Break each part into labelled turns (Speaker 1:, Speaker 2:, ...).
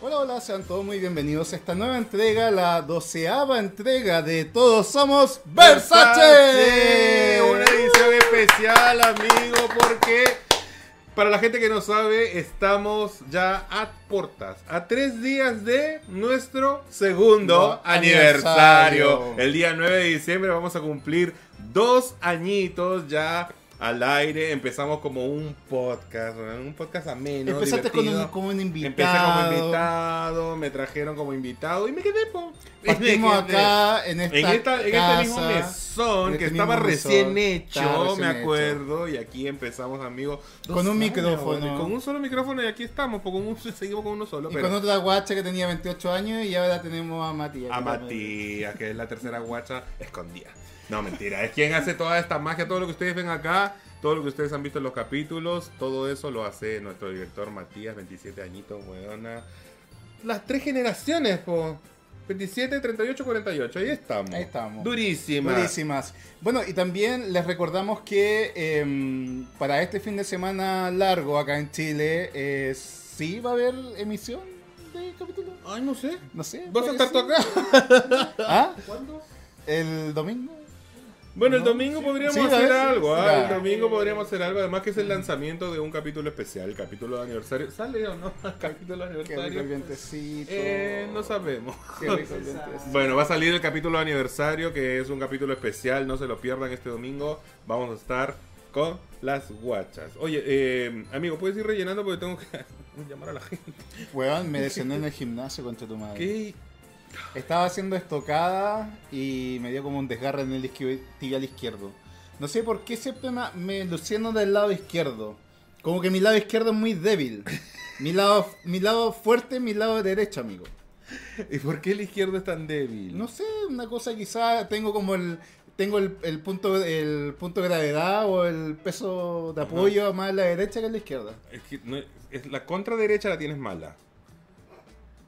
Speaker 1: Hola, hola, sean todos muy bienvenidos a esta nueva entrega, la doceava entrega de Todos Somos Versace.
Speaker 2: Una edición especial, amigo, porque para la gente que no sabe, estamos ya a portas, a tres días de nuestro segundo
Speaker 1: No,
Speaker 2: aniversario.
Speaker 1: aniversario.
Speaker 2: El día 9 de diciembre vamos a cumplir dos añitos ya al aire. Empezamos como un podcast, ¿no? un podcast ameno,
Speaker 1: Empezaste con
Speaker 2: divertido.
Speaker 1: un, como un invitado.
Speaker 2: Empecé como invitado, me trajeron como invitado y me quedé, po.
Speaker 1: Partimos
Speaker 2: Me quedé.
Speaker 1: acá en esta,
Speaker 2: En, esta, en
Speaker 1: casa,
Speaker 2: este mismo mesón
Speaker 1: en
Speaker 2: que
Speaker 1: este
Speaker 2: estaba
Speaker 1: mismo
Speaker 2: recién
Speaker 1: mesón,
Speaker 2: hecho,
Speaker 1: estaba recién
Speaker 2: me acuerdo, y aquí empezamos, amigos.
Speaker 1: Con
Speaker 2: Dos
Speaker 1: un
Speaker 2: años,
Speaker 1: micrófono.
Speaker 2: güey, Con un solo micrófono y aquí estamos, po, con un, seguimos con uno solo.
Speaker 1: Y
Speaker 2: pero
Speaker 1: con otra guacha que tenía 28 años y ahora tenemos a Matías.
Speaker 2: A Matías, que es la tercera guacha escondida. No, mentira, es quien hace toda esta magia, todo lo que ustedes ven acá, todo lo que ustedes han visto en los capítulos, todo eso lo hace nuestro director Matías, 27 añitos, weona. Las tres generaciones, po. 27, 38, 48, ahí estamos.
Speaker 1: Ahí estamos.
Speaker 2: Durísima.
Speaker 1: Buenísimas. Bueno, y también les recordamos que em, para este fin de semana largo acá en Chile, eh, sí va a haber emisión de capítulo.
Speaker 2: Ay, no sé.
Speaker 1: No sé.
Speaker 2: ¿Vas a estar tú
Speaker 1: parece.
Speaker 2: acá?
Speaker 1: ¿Ah? ¿Cuándo? El domingo.
Speaker 2: Bueno, el
Speaker 1: No,
Speaker 2: domingo podríamos
Speaker 1: Sí, a
Speaker 2: hacer
Speaker 1: ver, eh,
Speaker 2: algo,
Speaker 1: sí,
Speaker 2: ah,
Speaker 1: será.
Speaker 2: El domingo podríamos hacer algo. Además que es el lanzamiento de un capítulo especial, capítulo de aniversario. ¿Sale o no? capítulo de
Speaker 1: Qué rico el
Speaker 2: aniversario.
Speaker 1: vientecito.
Speaker 2: Eh, no sabemos.
Speaker 1: Qué rico el vientecito.
Speaker 2: Bueno, va a salir el capítulo de aniversario, que es un capítulo especial, no se lo pierdan este domingo. Vamos a estar con las guachas. Oye, eh, amigo, puedes ir rellenando porque tengo que llamar a la gente.
Speaker 1: Weón, me lesioné en el gimnasio contra tu madre.
Speaker 2: ¿Qué?
Speaker 1: Estaba haciendo estocada y me dio como un desgarre en el isquio- tibial izquierdo. No sé por qué siempre me, me luciendo del lado izquierdo. Como que mi lado izquierdo es muy débil. Mi lado, mi lado fuerte, mi lado derecho, amigo.
Speaker 2: ¿Y por qué el izquierdo es tan débil?
Speaker 1: No sé, una cosa quizá tengo como el tengo el, el punto el punto de gravedad o el peso de apoyo más a la derecha que a la izquierda.
Speaker 2: Es que no- es la contraderecha la tienes mala.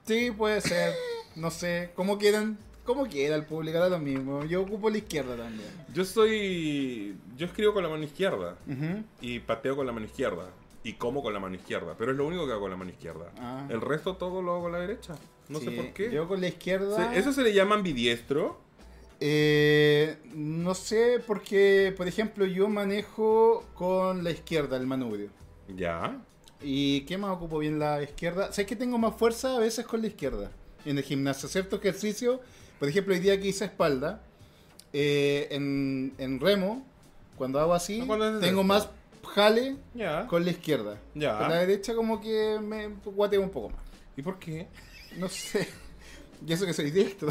Speaker 1: Sí, puede ser. No sé, como quieran, como quiera el público, da lo mismo. Yo ocupo la izquierda también.
Speaker 2: Yo soy. Yo escribo con la mano izquierda.
Speaker 1: Ujú.
Speaker 2: Y pateo con la mano izquierda. Y como con la mano izquierda. Pero es lo único que hago con la mano izquierda.
Speaker 1: Ah.
Speaker 2: El resto todo lo hago con la derecha. No sé
Speaker 1: Sí,
Speaker 2: por qué.
Speaker 1: Yo con la izquierda.
Speaker 2: Se- eso se le llama ambidiestro.
Speaker 1: eh, no sé, porque, por ejemplo, yo manejo con la izquierda el manubrio.
Speaker 2: Ya.
Speaker 1: ¿Y qué más ocupo bien la izquierda? Sé que tengo más fuerza a veces con la izquierda. En el gimnasio, cierto ejercicio. Por ejemplo, hoy día que hice espalda, eh, en, en remo, cuando hago así,
Speaker 2: Ah, ¿cuándo haces
Speaker 1: tengo
Speaker 2: esto?
Speaker 1: más jale
Speaker 2: Ya.
Speaker 1: con la izquierda.
Speaker 2: Ya.
Speaker 1: Con la derecha como que me guateo un poco más.
Speaker 2: ¿Y por qué?
Speaker 1: No sé. Y eso que soy diestro.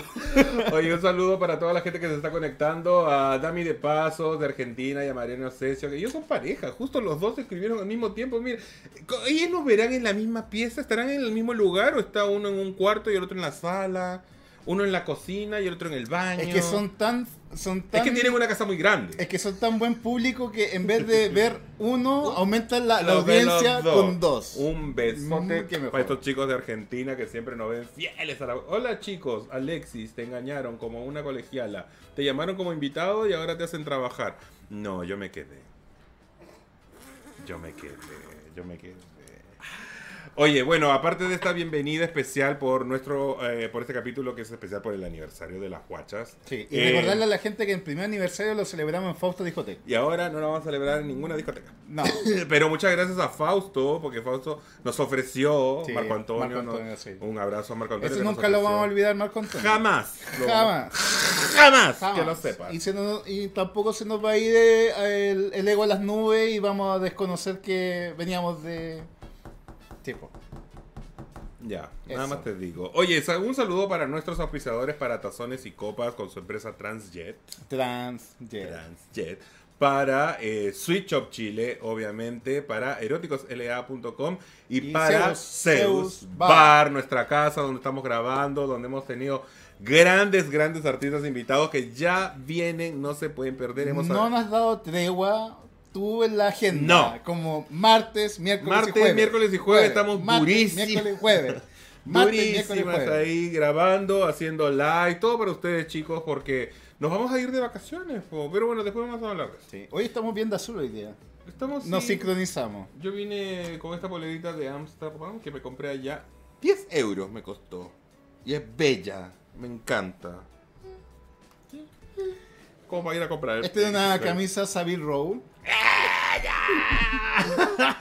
Speaker 2: Oye, un saludo para toda la gente que se está conectando. A Dami de Pasos de Argentina y a Mariano Asensio, que ellos son pareja. Justo los dos escribieron al mismo tiempo. Mira, co- ellos nos verán en la misma pieza, estarán en el mismo lugar o está uno en un cuarto y el otro en la sala, uno en la cocina y el otro en el baño.
Speaker 1: Es que son tan... Son
Speaker 2: Es
Speaker 1: tan
Speaker 2: que tienen una casa muy grande.
Speaker 1: Es que son tan buen público que en vez de ver uno, aumentan la, la
Speaker 2: Los ven
Speaker 1: audiencia
Speaker 2: los dos.
Speaker 1: con dos.
Speaker 2: Un besote
Speaker 1: Mm, qué mejor.
Speaker 2: para estos chicos de Argentina que siempre nos ven fieles a la. Hola chicos, Alexis, te engañaron como una colegiala. Te llamaron como invitado y ahora te hacen trabajar. No, yo me quedé. Yo me quedé, yo me quedé. Oye, bueno, aparte de esta bienvenida especial por nuestro, eh, por este capítulo que es especial por el aniversario de las guachas.
Speaker 1: Sí, y
Speaker 2: eh,
Speaker 1: recordarle a la gente que el primer aniversario lo celebramos en Fausto Discoteca.
Speaker 2: y ahora no la vamos a celebrar en ninguna discoteca.
Speaker 1: No.
Speaker 2: Pero muchas gracias a Fausto, porque Fausto nos ofreció,
Speaker 1: Sí,
Speaker 2: Marco Antonio,
Speaker 1: Marco Antonio,
Speaker 2: nos-
Speaker 1: sí.
Speaker 2: un abrazo a Marco Antonio.
Speaker 1: Eso
Speaker 2: que nos
Speaker 1: nunca lo
Speaker 2: ofreció.
Speaker 1: vamos a olvidar, Marco Antonio.
Speaker 2: Jamás. lo-
Speaker 1: Jamás.
Speaker 2: jamás,
Speaker 1: jamás.
Speaker 2: Que lo sepas.
Speaker 1: Y, se nos- y tampoco se nos va a ir eh, el, el ego a las nubes y vamos a desconocer que veníamos de. Tipo.
Speaker 2: Ya, nada
Speaker 1: Eso.
Speaker 2: más te digo. Oye, sa- un saludo para nuestros auspiciadores para tazones y copas con su empresa Transjet.
Speaker 1: Trans. yeah.
Speaker 2: Transjet. Para eh, Sweet Shop Chile, obviamente, para eróticosla.com y,
Speaker 1: Y
Speaker 2: para
Speaker 1: Zeus-
Speaker 2: Zeus,
Speaker 1: Zeus
Speaker 2: Bar,
Speaker 1: Bar.
Speaker 2: nuestra casa donde estamos grabando, donde hemos tenido grandes, grandes artistas invitados que ya vienen, no se pueden perder. Hemos
Speaker 1: No nos has dado tregua. Tú en la agenda.
Speaker 2: No.
Speaker 1: Como martes, miércoles
Speaker 2: Martes,
Speaker 1: y jueves.
Speaker 2: miércoles y jueves, estamos
Speaker 1: martes,
Speaker 2: durísimos.
Speaker 1: miércoles y jueves. Martes, miércoles y
Speaker 2: durísimas
Speaker 1: jueves.
Speaker 2: ahí grabando, haciendo live, todo para ustedes, chicos, porque nos vamos a ir de vacaciones, po. pero bueno, después vamos a hablar de eso.
Speaker 1: Sí, Hoy estamos bien de azul hoy día.
Speaker 2: Estamos
Speaker 1: Nos
Speaker 2: Oh, sí,
Speaker 1: sincronizamos.
Speaker 2: Yo vine con esta polerita de Amsterdam que me compré allá 10 euros me costó. Y es bella. Me encanta. ¿Cómo va a ir a comprar?
Speaker 1: Esta es Este
Speaker 2: Este
Speaker 1: una camisa Savile Row.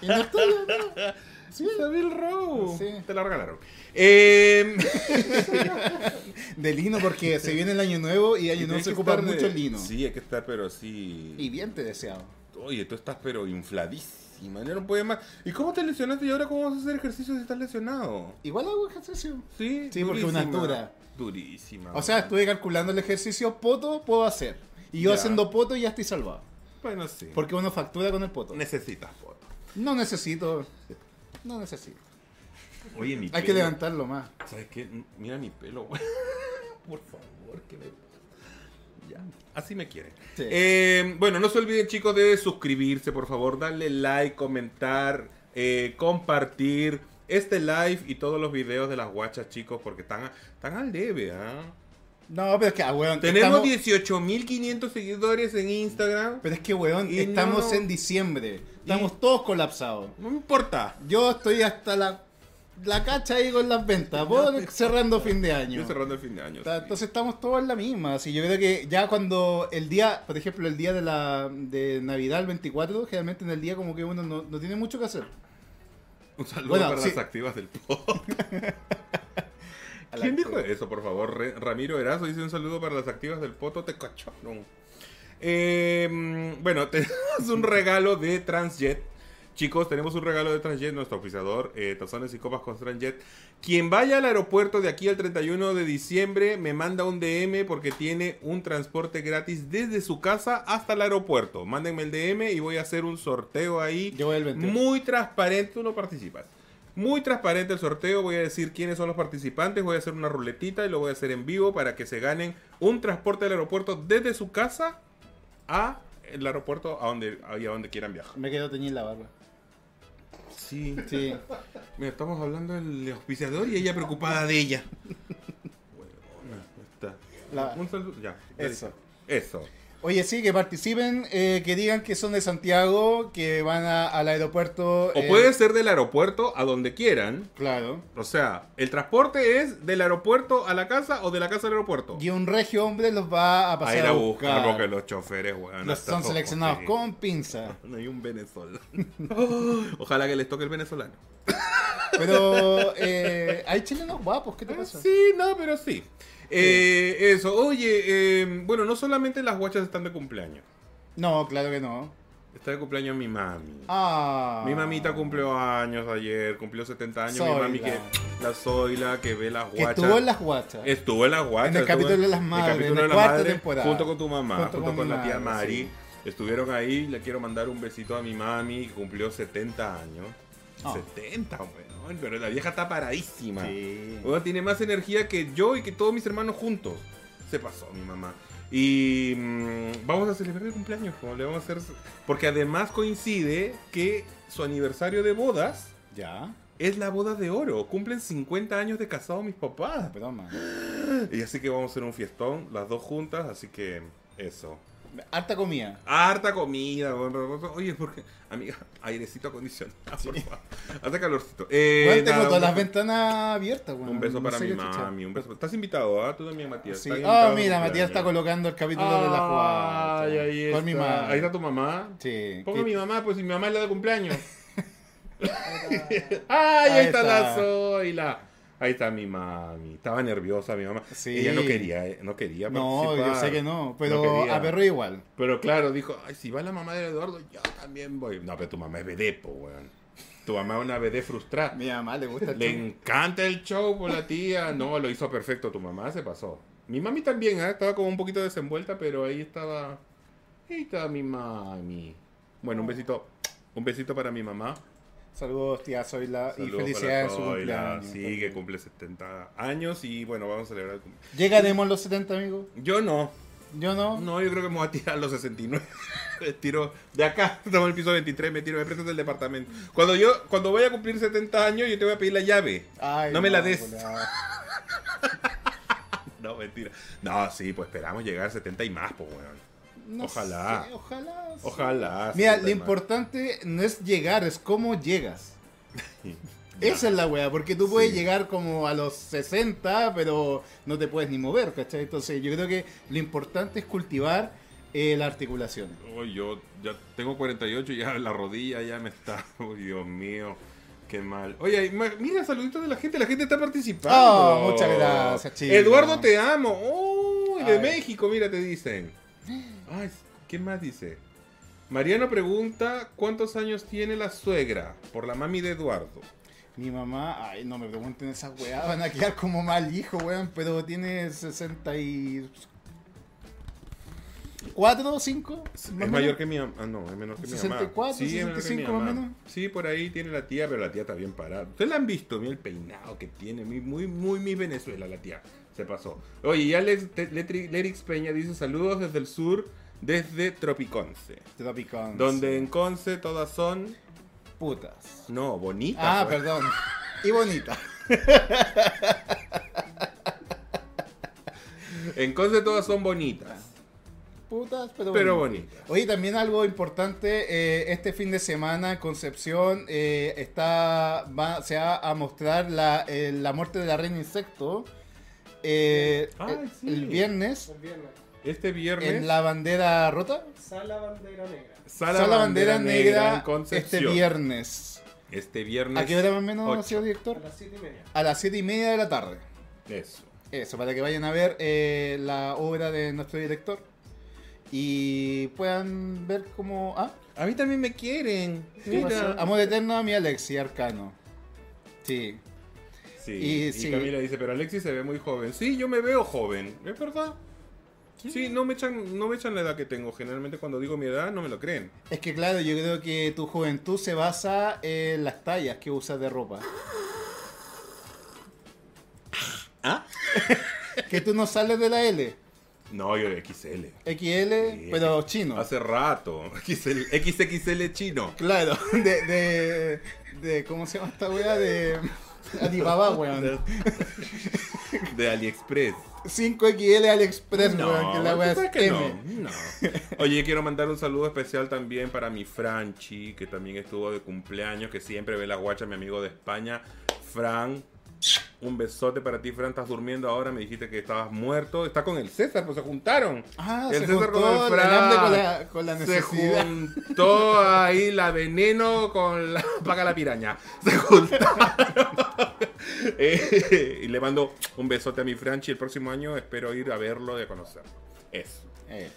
Speaker 1: Y no está ya, no.
Speaker 2: Sí, Savile Row.
Speaker 1: Sí.
Speaker 2: Te la regalaron. Eh,
Speaker 1: De lino porque se viene el año nuevo y año nuevo
Speaker 2: tienes
Speaker 1: se
Speaker 2: que
Speaker 1: ocupa
Speaker 2: estar de-
Speaker 1: mucho el lino.
Speaker 2: Sí, hay que estar, pero sí.
Speaker 1: Y bien te deseado.
Speaker 2: Oye, tú estás pero infladísima, ya no puedes más. ¿Y cómo te lesionaste y ahora cómo vas a hacer ejercicio si estás lesionado?
Speaker 1: Igual hago ejercicio.
Speaker 2: Sí,
Speaker 1: Sí, porque una altura.
Speaker 2: Durísima.
Speaker 1: O sea, estuve calculando el ejercicio poto, puedo hacer. Y yo
Speaker 2: Ya.
Speaker 1: haciendo poto ya estoy salvado.
Speaker 2: Bueno, sí.
Speaker 1: Porque uno factura con el poto.
Speaker 2: necesitas foto.
Speaker 1: No necesito. No necesito.
Speaker 2: Oye, mi
Speaker 1: Hay
Speaker 2: pelo.
Speaker 1: que levantarlo más.
Speaker 2: ¿Sabes qué? M- Mira mi pelo, güey. Por favor, que me... Ya, así me quieren.
Speaker 1: Sí.
Speaker 2: Eh, bueno, no se olviden, chicos, de suscribirse, por favor. Darle like, comentar, eh, compartir este live y todos los videos de las guachas, chicos, porque están, están al debe, ¿ah?
Speaker 1: No, pero es que, ah, weón.
Speaker 2: Tenemos
Speaker 1: estamos-
Speaker 2: 18.500 seguidores en Instagram.
Speaker 1: Pero es que, weón,
Speaker 2: Y
Speaker 1: estamos
Speaker 2: no-
Speaker 1: en diciembre. Estamos
Speaker 2: Y-
Speaker 1: todos colapsados.
Speaker 2: No me importa.
Speaker 1: Yo estoy hasta la, la cacha ahí con las ventas. Vos cerrando fin de año.
Speaker 2: pues. Yo cerrando el fin de año.
Speaker 1: Ta-
Speaker 2: sí.
Speaker 1: Entonces estamos todos en la misma. Así yo creo que ya cuando el día, por ejemplo, el día de la de Navidad, el 24, generalmente en el día como que uno no, no tiene mucho que hacer.
Speaker 2: Un saludo
Speaker 1: Bueno,
Speaker 2: para
Speaker 1: sí.
Speaker 2: las activas del pod.
Speaker 1: A la
Speaker 2: ¿Quién dijo
Speaker 1: altura.
Speaker 2: eso, por favor? Re- Ramiro Erazo dice un saludo para las activas del Poto, te cacharon. Eh, bueno, tenemos un regalo de Transjet. Chicos, tenemos un regalo de Transjet, nuestro oficiador, eh, Tazones y Copas con Transjet. Quien vaya al aeropuerto de aquí al 31 de diciembre me manda un DM porque tiene un transporte gratis desde su casa hasta el aeropuerto. Mándenme el DM y voy a hacer un sorteo ahí.
Speaker 1: Yo voy al 28.
Speaker 2: Muy transparente, tú no participas. Muy transparente el sorteo, voy a decir quiénes son los participantes, voy a hacer una ruletita y lo voy a hacer en vivo para que se ganen un transporte del aeropuerto desde su casa a el aeropuerto a donde, a donde quieran viajar.
Speaker 1: Me quedo teñir la barba.
Speaker 2: Sí.
Speaker 1: Sí.
Speaker 2: Mira, estamos hablando del auspiciador y ella preocupada de ella. Huevona, está.
Speaker 1: La-
Speaker 2: Un saludo, ya. ya
Speaker 1: Eso.
Speaker 2: dije. Eso.
Speaker 1: Oye, sí, que participen, eh, que digan que son de Santiago, que van a- al aeropuerto.
Speaker 2: O
Speaker 1: eh,
Speaker 2: puede ser del aeropuerto a donde quieran.
Speaker 1: Claro.
Speaker 2: O sea, el transporte es del aeropuerto a la casa o de la casa al aeropuerto.
Speaker 1: Y un regio hombre los va a
Speaker 2: A
Speaker 1: pasar
Speaker 2: ir
Speaker 1: a,
Speaker 2: a
Speaker 1: buscar.
Speaker 2: buscar porque los choferes, weón.
Speaker 1: Los
Speaker 2: hasta
Speaker 1: son
Speaker 2: ojos,
Speaker 1: seleccionados
Speaker 2: sí.
Speaker 1: con pinza.
Speaker 2: No hay un venezolano. Ojalá que les toque el venezolano.
Speaker 1: Pero eh, hay chilenos guapos, ¿qué te
Speaker 2: Ah,
Speaker 1: pasa?
Speaker 2: Sí, no, pero sí. Eh, eso, oye, eh, bueno, no solamente las guachas están de cumpleaños.
Speaker 1: No, claro que no.
Speaker 2: Está de cumpleaños mi mami.
Speaker 1: Ah.
Speaker 2: Mi mamita cumplió años ayer, cumplió 70 años. Mi
Speaker 1: Zoila.
Speaker 2: mami que la Zoila, que ve las
Speaker 1: Que
Speaker 2: guachas.
Speaker 1: estuvo en las guachas.
Speaker 2: Estuvo en las guachas.
Speaker 1: En el
Speaker 2: estuvo
Speaker 1: capítulo de las madres,
Speaker 2: capítulo
Speaker 1: en
Speaker 2: de
Speaker 1: la
Speaker 2: las
Speaker 1: cuarta
Speaker 2: madres,
Speaker 1: temporada.
Speaker 2: Junto con tu mamá,
Speaker 1: Junto
Speaker 2: junto
Speaker 1: con
Speaker 2: con,
Speaker 1: mi
Speaker 2: la tía
Speaker 1: madre,
Speaker 2: Mari.
Speaker 1: sí.
Speaker 2: Estuvieron ahí. Le quiero mandar un besito a mi mami, que cumplió 70 años.
Speaker 1: Ah.
Speaker 2: 70, weón. Pero la vieja está paradísima.
Speaker 1: Sí.
Speaker 2: Weón, tiene más energía que yo y que todos mis hermanos juntos. Se pasó, mi mamá. Y mm, vamos a celebrar el cumpleaños, como le vamos a hacer. Porque además coincide que su aniversario de bodas
Speaker 1: Ya.
Speaker 2: es la boda de oro. Cumplen 50 años de casado mis papás.
Speaker 1: Broma.
Speaker 2: Y así que vamos a hacer un fiestón, las dos juntas, así que eso.
Speaker 1: Harta comida.
Speaker 2: Harta comida, weón, weón, weón. oye, porque, amiga, airecito acondicionado, por favor. Hace calorcito. Eh,
Speaker 1: Bueno, tengo
Speaker 2: nada,
Speaker 1: todas
Speaker 2: un-
Speaker 1: las ventanas abiertas, weón.
Speaker 2: Un beso
Speaker 1: No
Speaker 2: para
Speaker 1: sé
Speaker 2: mi
Speaker 1: qué chucha.
Speaker 2: mami, un beso. Estás invitado, ¿ah? Tú también, Matías.
Speaker 1: Sí. Ah,
Speaker 2: Estás invitado
Speaker 1: mira,
Speaker 2: a mi
Speaker 1: Matías está
Speaker 2: cumpleaños. Ah,
Speaker 1: colocando el capítulo de la jugada.
Speaker 2: Ay, ahí
Speaker 1: Con mi
Speaker 2: está.
Speaker 1: mamá.
Speaker 2: Ahí está tu mamá.
Speaker 1: Sí.
Speaker 2: Pongo a mi
Speaker 1: que-
Speaker 2: mamá, pues si mi mamá es la de cumpleaños. Ay, ahí
Speaker 1: Ahí
Speaker 2: está,
Speaker 1: está.
Speaker 2: la Zoila. Ahí está mi mami. Estaba nerviosa mi mamá.
Speaker 1: Sí.
Speaker 2: Ella no quería, eh, no quería
Speaker 1: No,
Speaker 2: participar.
Speaker 1: yo sé que no. Pero
Speaker 2: No quería.
Speaker 1: a perro igual.
Speaker 2: Pero claro, dijo, ay, si va la mamá de Eduardo, yo también voy. No, pero tu mamá es BD, po, weón. Tu mamá es una BD frustrada.
Speaker 1: Mi mamá le gusta el
Speaker 2: Le
Speaker 1: chum.
Speaker 2: encanta el show por la tía. No, lo hizo perfecto. Tu mamá se pasó. Mi mami también, ¿eh? Estaba como un poquito desenvuelta, pero ahí estaba. Ahí estaba mi mami. Bueno,
Speaker 1: Oh.
Speaker 2: un besito. Un besito para mi mamá.
Speaker 1: Saludos, tía Zoila. Y
Speaker 2: Saludos
Speaker 1: felicidades en
Speaker 2: para
Speaker 1: su
Speaker 2: Zoila.
Speaker 1: cumpleaños.
Speaker 2: Sí, que cumple 70 años y bueno, vamos a celebrar el cumpleaños.
Speaker 1: Llegaremos los 70, amigos.
Speaker 2: Yo no.
Speaker 1: Yo no.
Speaker 2: No, yo creo que me voy a tirar los 69. Me tiro de acá, estamos en el piso 23, me tiro, me prestas el departamento. Cuando yo, cuando vaya a cumplir 70 años, yo te voy a pedir la llave.
Speaker 1: Ay,
Speaker 2: no me la des.
Speaker 1: culiao.
Speaker 2: No, mentira. No, sí, pues esperamos llegar a 70 y más, pues, weón.
Speaker 1: No
Speaker 2: Ojalá.
Speaker 1: sé, ojalá. sí.
Speaker 2: Ojalá.
Speaker 1: Mira,
Speaker 2: 70
Speaker 1: lo
Speaker 2: y más.
Speaker 1: importante no es llegar, es cómo llegas. Esa es la wea, porque tú puedes
Speaker 2: Sí.
Speaker 1: llegar como a los 60, pero no te puedes ni mover, ¿cachai? Entonces yo creo que lo importante es cultivar eh, la articulación.
Speaker 2: Oh, yo ya tengo 48 y ya la rodilla ya me está. Oh, Dios mío, qué mal. Oye, y ma- mira, saluditos de la gente. La gente está participando.
Speaker 1: Oh, muchas gracias, chicos.
Speaker 2: Eduardo, te amo. Oh, de
Speaker 1: Ay.
Speaker 2: México, mira, te dicen. Ay, ¿qué más dice? Mariano pregunta: ¿Cuántos años tiene la suegra? Por la mami de Eduardo.
Speaker 1: Mi mamá, ay, no me pregunten esas weas, van a quedar como mal hijo, weón, pero tiene 64 o 5.
Speaker 2: es mayor que mi mamá. Ah, no, es menor que mi mamá.
Speaker 1: 64,
Speaker 2: es menor que
Speaker 1: 65
Speaker 2: mi
Speaker 1: más o
Speaker 2: mamá.
Speaker 1: menos.
Speaker 2: Sí, por ahí tiene la tía, pero la tía está bien parada. Ustedes la han visto, mira el peinado que tiene. Muy, muy, muy mi Venezuela, la tía. Se pasó. Oye, ya Lex- te- Letri- Lerix Peña dice saludos desde el sur, desde Tropiconce.
Speaker 1: Tropicón.
Speaker 2: Donde en Conce todas son.
Speaker 1: Putas.
Speaker 2: No, bonitas.
Speaker 1: Ah,
Speaker 2: pues.
Speaker 1: perdón. Y bonita.
Speaker 2: En Conce todas son bonitas.
Speaker 1: Ah, Putas, pero,
Speaker 2: Pero
Speaker 1: bonita.
Speaker 2: bonita.
Speaker 1: Oye, también algo importante, eh, este fin de semana Concepción eh, está va, se va a mostrar la, eh, la muerte de la reina insecto eh,
Speaker 2: Ah,
Speaker 1: el-
Speaker 2: sí.
Speaker 1: el viernes
Speaker 3: El viernes.
Speaker 2: Este viernes. Ah,
Speaker 1: en la bandera rota.
Speaker 3: Sala bandera negra.
Speaker 1: Sala bandera, negra,
Speaker 2: en Concepción.
Speaker 1: este viernes.
Speaker 2: Este viernes.
Speaker 1: ¿A qué hora más o menos,
Speaker 2: ocho.
Speaker 1: señor
Speaker 3: A
Speaker 1: director?
Speaker 3: las 7 y media.
Speaker 1: A las 7 y media de la tarde.
Speaker 2: Eso.
Speaker 1: Eso, para que vayan a ver eh, la obra de nuestro director y puedan ver cómo... Ah,
Speaker 2: A mí también me quieren. Mira.
Speaker 1: Amor eterno a mi Alexi Arcano. Sí.
Speaker 2: Sí,
Speaker 1: Y
Speaker 2: y,
Speaker 1: sí.
Speaker 2: Camila dice, pero Alexis se ve muy joven. Sí, yo me veo joven, es verdad. Sí, no, me echan, no me echan la edad que tengo. Generalmente cuando digo mi edad no me lo creen.
Speaker 1: Es que claro, yo creo que tu juventud se basa en las tallas que usas de ropa.
Speaker 2: ¿Ah?
Speaker 1: Que tú no sales de la L,
Speaker 2: No, yo XL.
Speaker 1: XL,
Speaker 2: Sí.
Speaker 1: pero chino.
Speaker 2: Hace rato. XL, XXL chino.
Speaker 1: Claro, de, de, de- ¿Cómo se llama esta wea? De Alibaba, weón.
Speaker 2: De AliExpress.
Speaker 1: 5XL AliExpress, Pues, weón, que la
Speaker 2: tú
Speaker 1: wea
Speaker 2: sabes
Speaker 1: es
Speaker 2: que no,
Speaker 1: M.
Speaker 2: pues, no. Oye, quiero mandar un saludo especial también para mi Franchi, que también estuvo de cumpleaños, que siempre ve la guacha, mi amigo de España. Fran, un besote para ti, Fran. Estás durmiendo ahora, me dijiste que estabas muerto. Está con el César, pues se juntaron.
Speaker 1: Ah,
Speaker 2: El
Speaker 1: se
Speaker 2: César con
Speaker 1: juntó el
Speaker 2: el
Speaker 1: hambre con
Speaker 2: Fran.
Speaker 1: la, con la
Speaker 2: Se
Speaker 1: necesidad.
Speaker 2: juntó ahí la veneno con la paga la piraña. Se juntaron. Eh, y le mando un besote a mi Franchi. El próximo año espero ir a verlo, de conocerlo. Eso.
Speaker 1: Eso.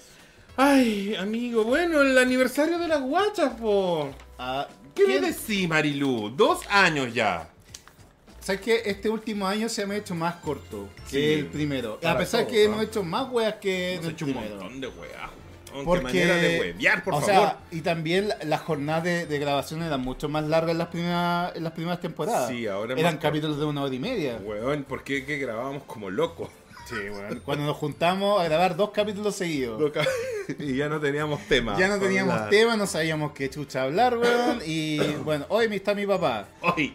Speaker 2: Ay, amigo, bueno, el aniversario de las guachas, po.
Speaker 1: Ah,
Speaker 2: ¿Qué le
Speaker 1: ¿quién-
Speaker 2: decís, Marilu? Dos años ya.
Speaker 1: ¿Sabes que Este último año se me ha hecho más corto que
Speaker 2: Sí.
Speaker 1: el primero.
Speaker 2: Para
Speaker 1: a pesar
Speaker 2: todos,
Speaker 1: que
Speaker 2: ¿ah?
Speaker 1: hemos hecho más weas que en
Speaker 2: Hemos
Speaker 1: el
Speaker 2: hecho un
Speaker 1: primero.
Speaker 2: montón de weá. weón.
Speaker 1: Porque,
Speaker 2: Qué manera de huevear, por
Speaker 1: o
Speaker 2: favor.
Speaker 1: sea, y también la- las jornadas de, de grabación eran mucho más largas en las primeras, en las primeras temporadas.
Speaker 2: Sí, ahora es
Speaker 1: Eran
Speaker 2: más
Speaker 1: capítulos de una hora y media.
Speaker 2: Weón, ¿por qué que grabábamos como locos?
Speaker 1: Sí, bueno. Cuando nos juntamos a grabar dos capítulos seguidos.
Speaker 2: Loca- y ya no teníamos tema.
Speaker 1: Ya no teníamos
Speaker 2: Hola.
Speaker 1: tema, no sabíamos qué chucha hablar, weón. Y bueno, hoy está mi papá.
Speaker 2: Ay,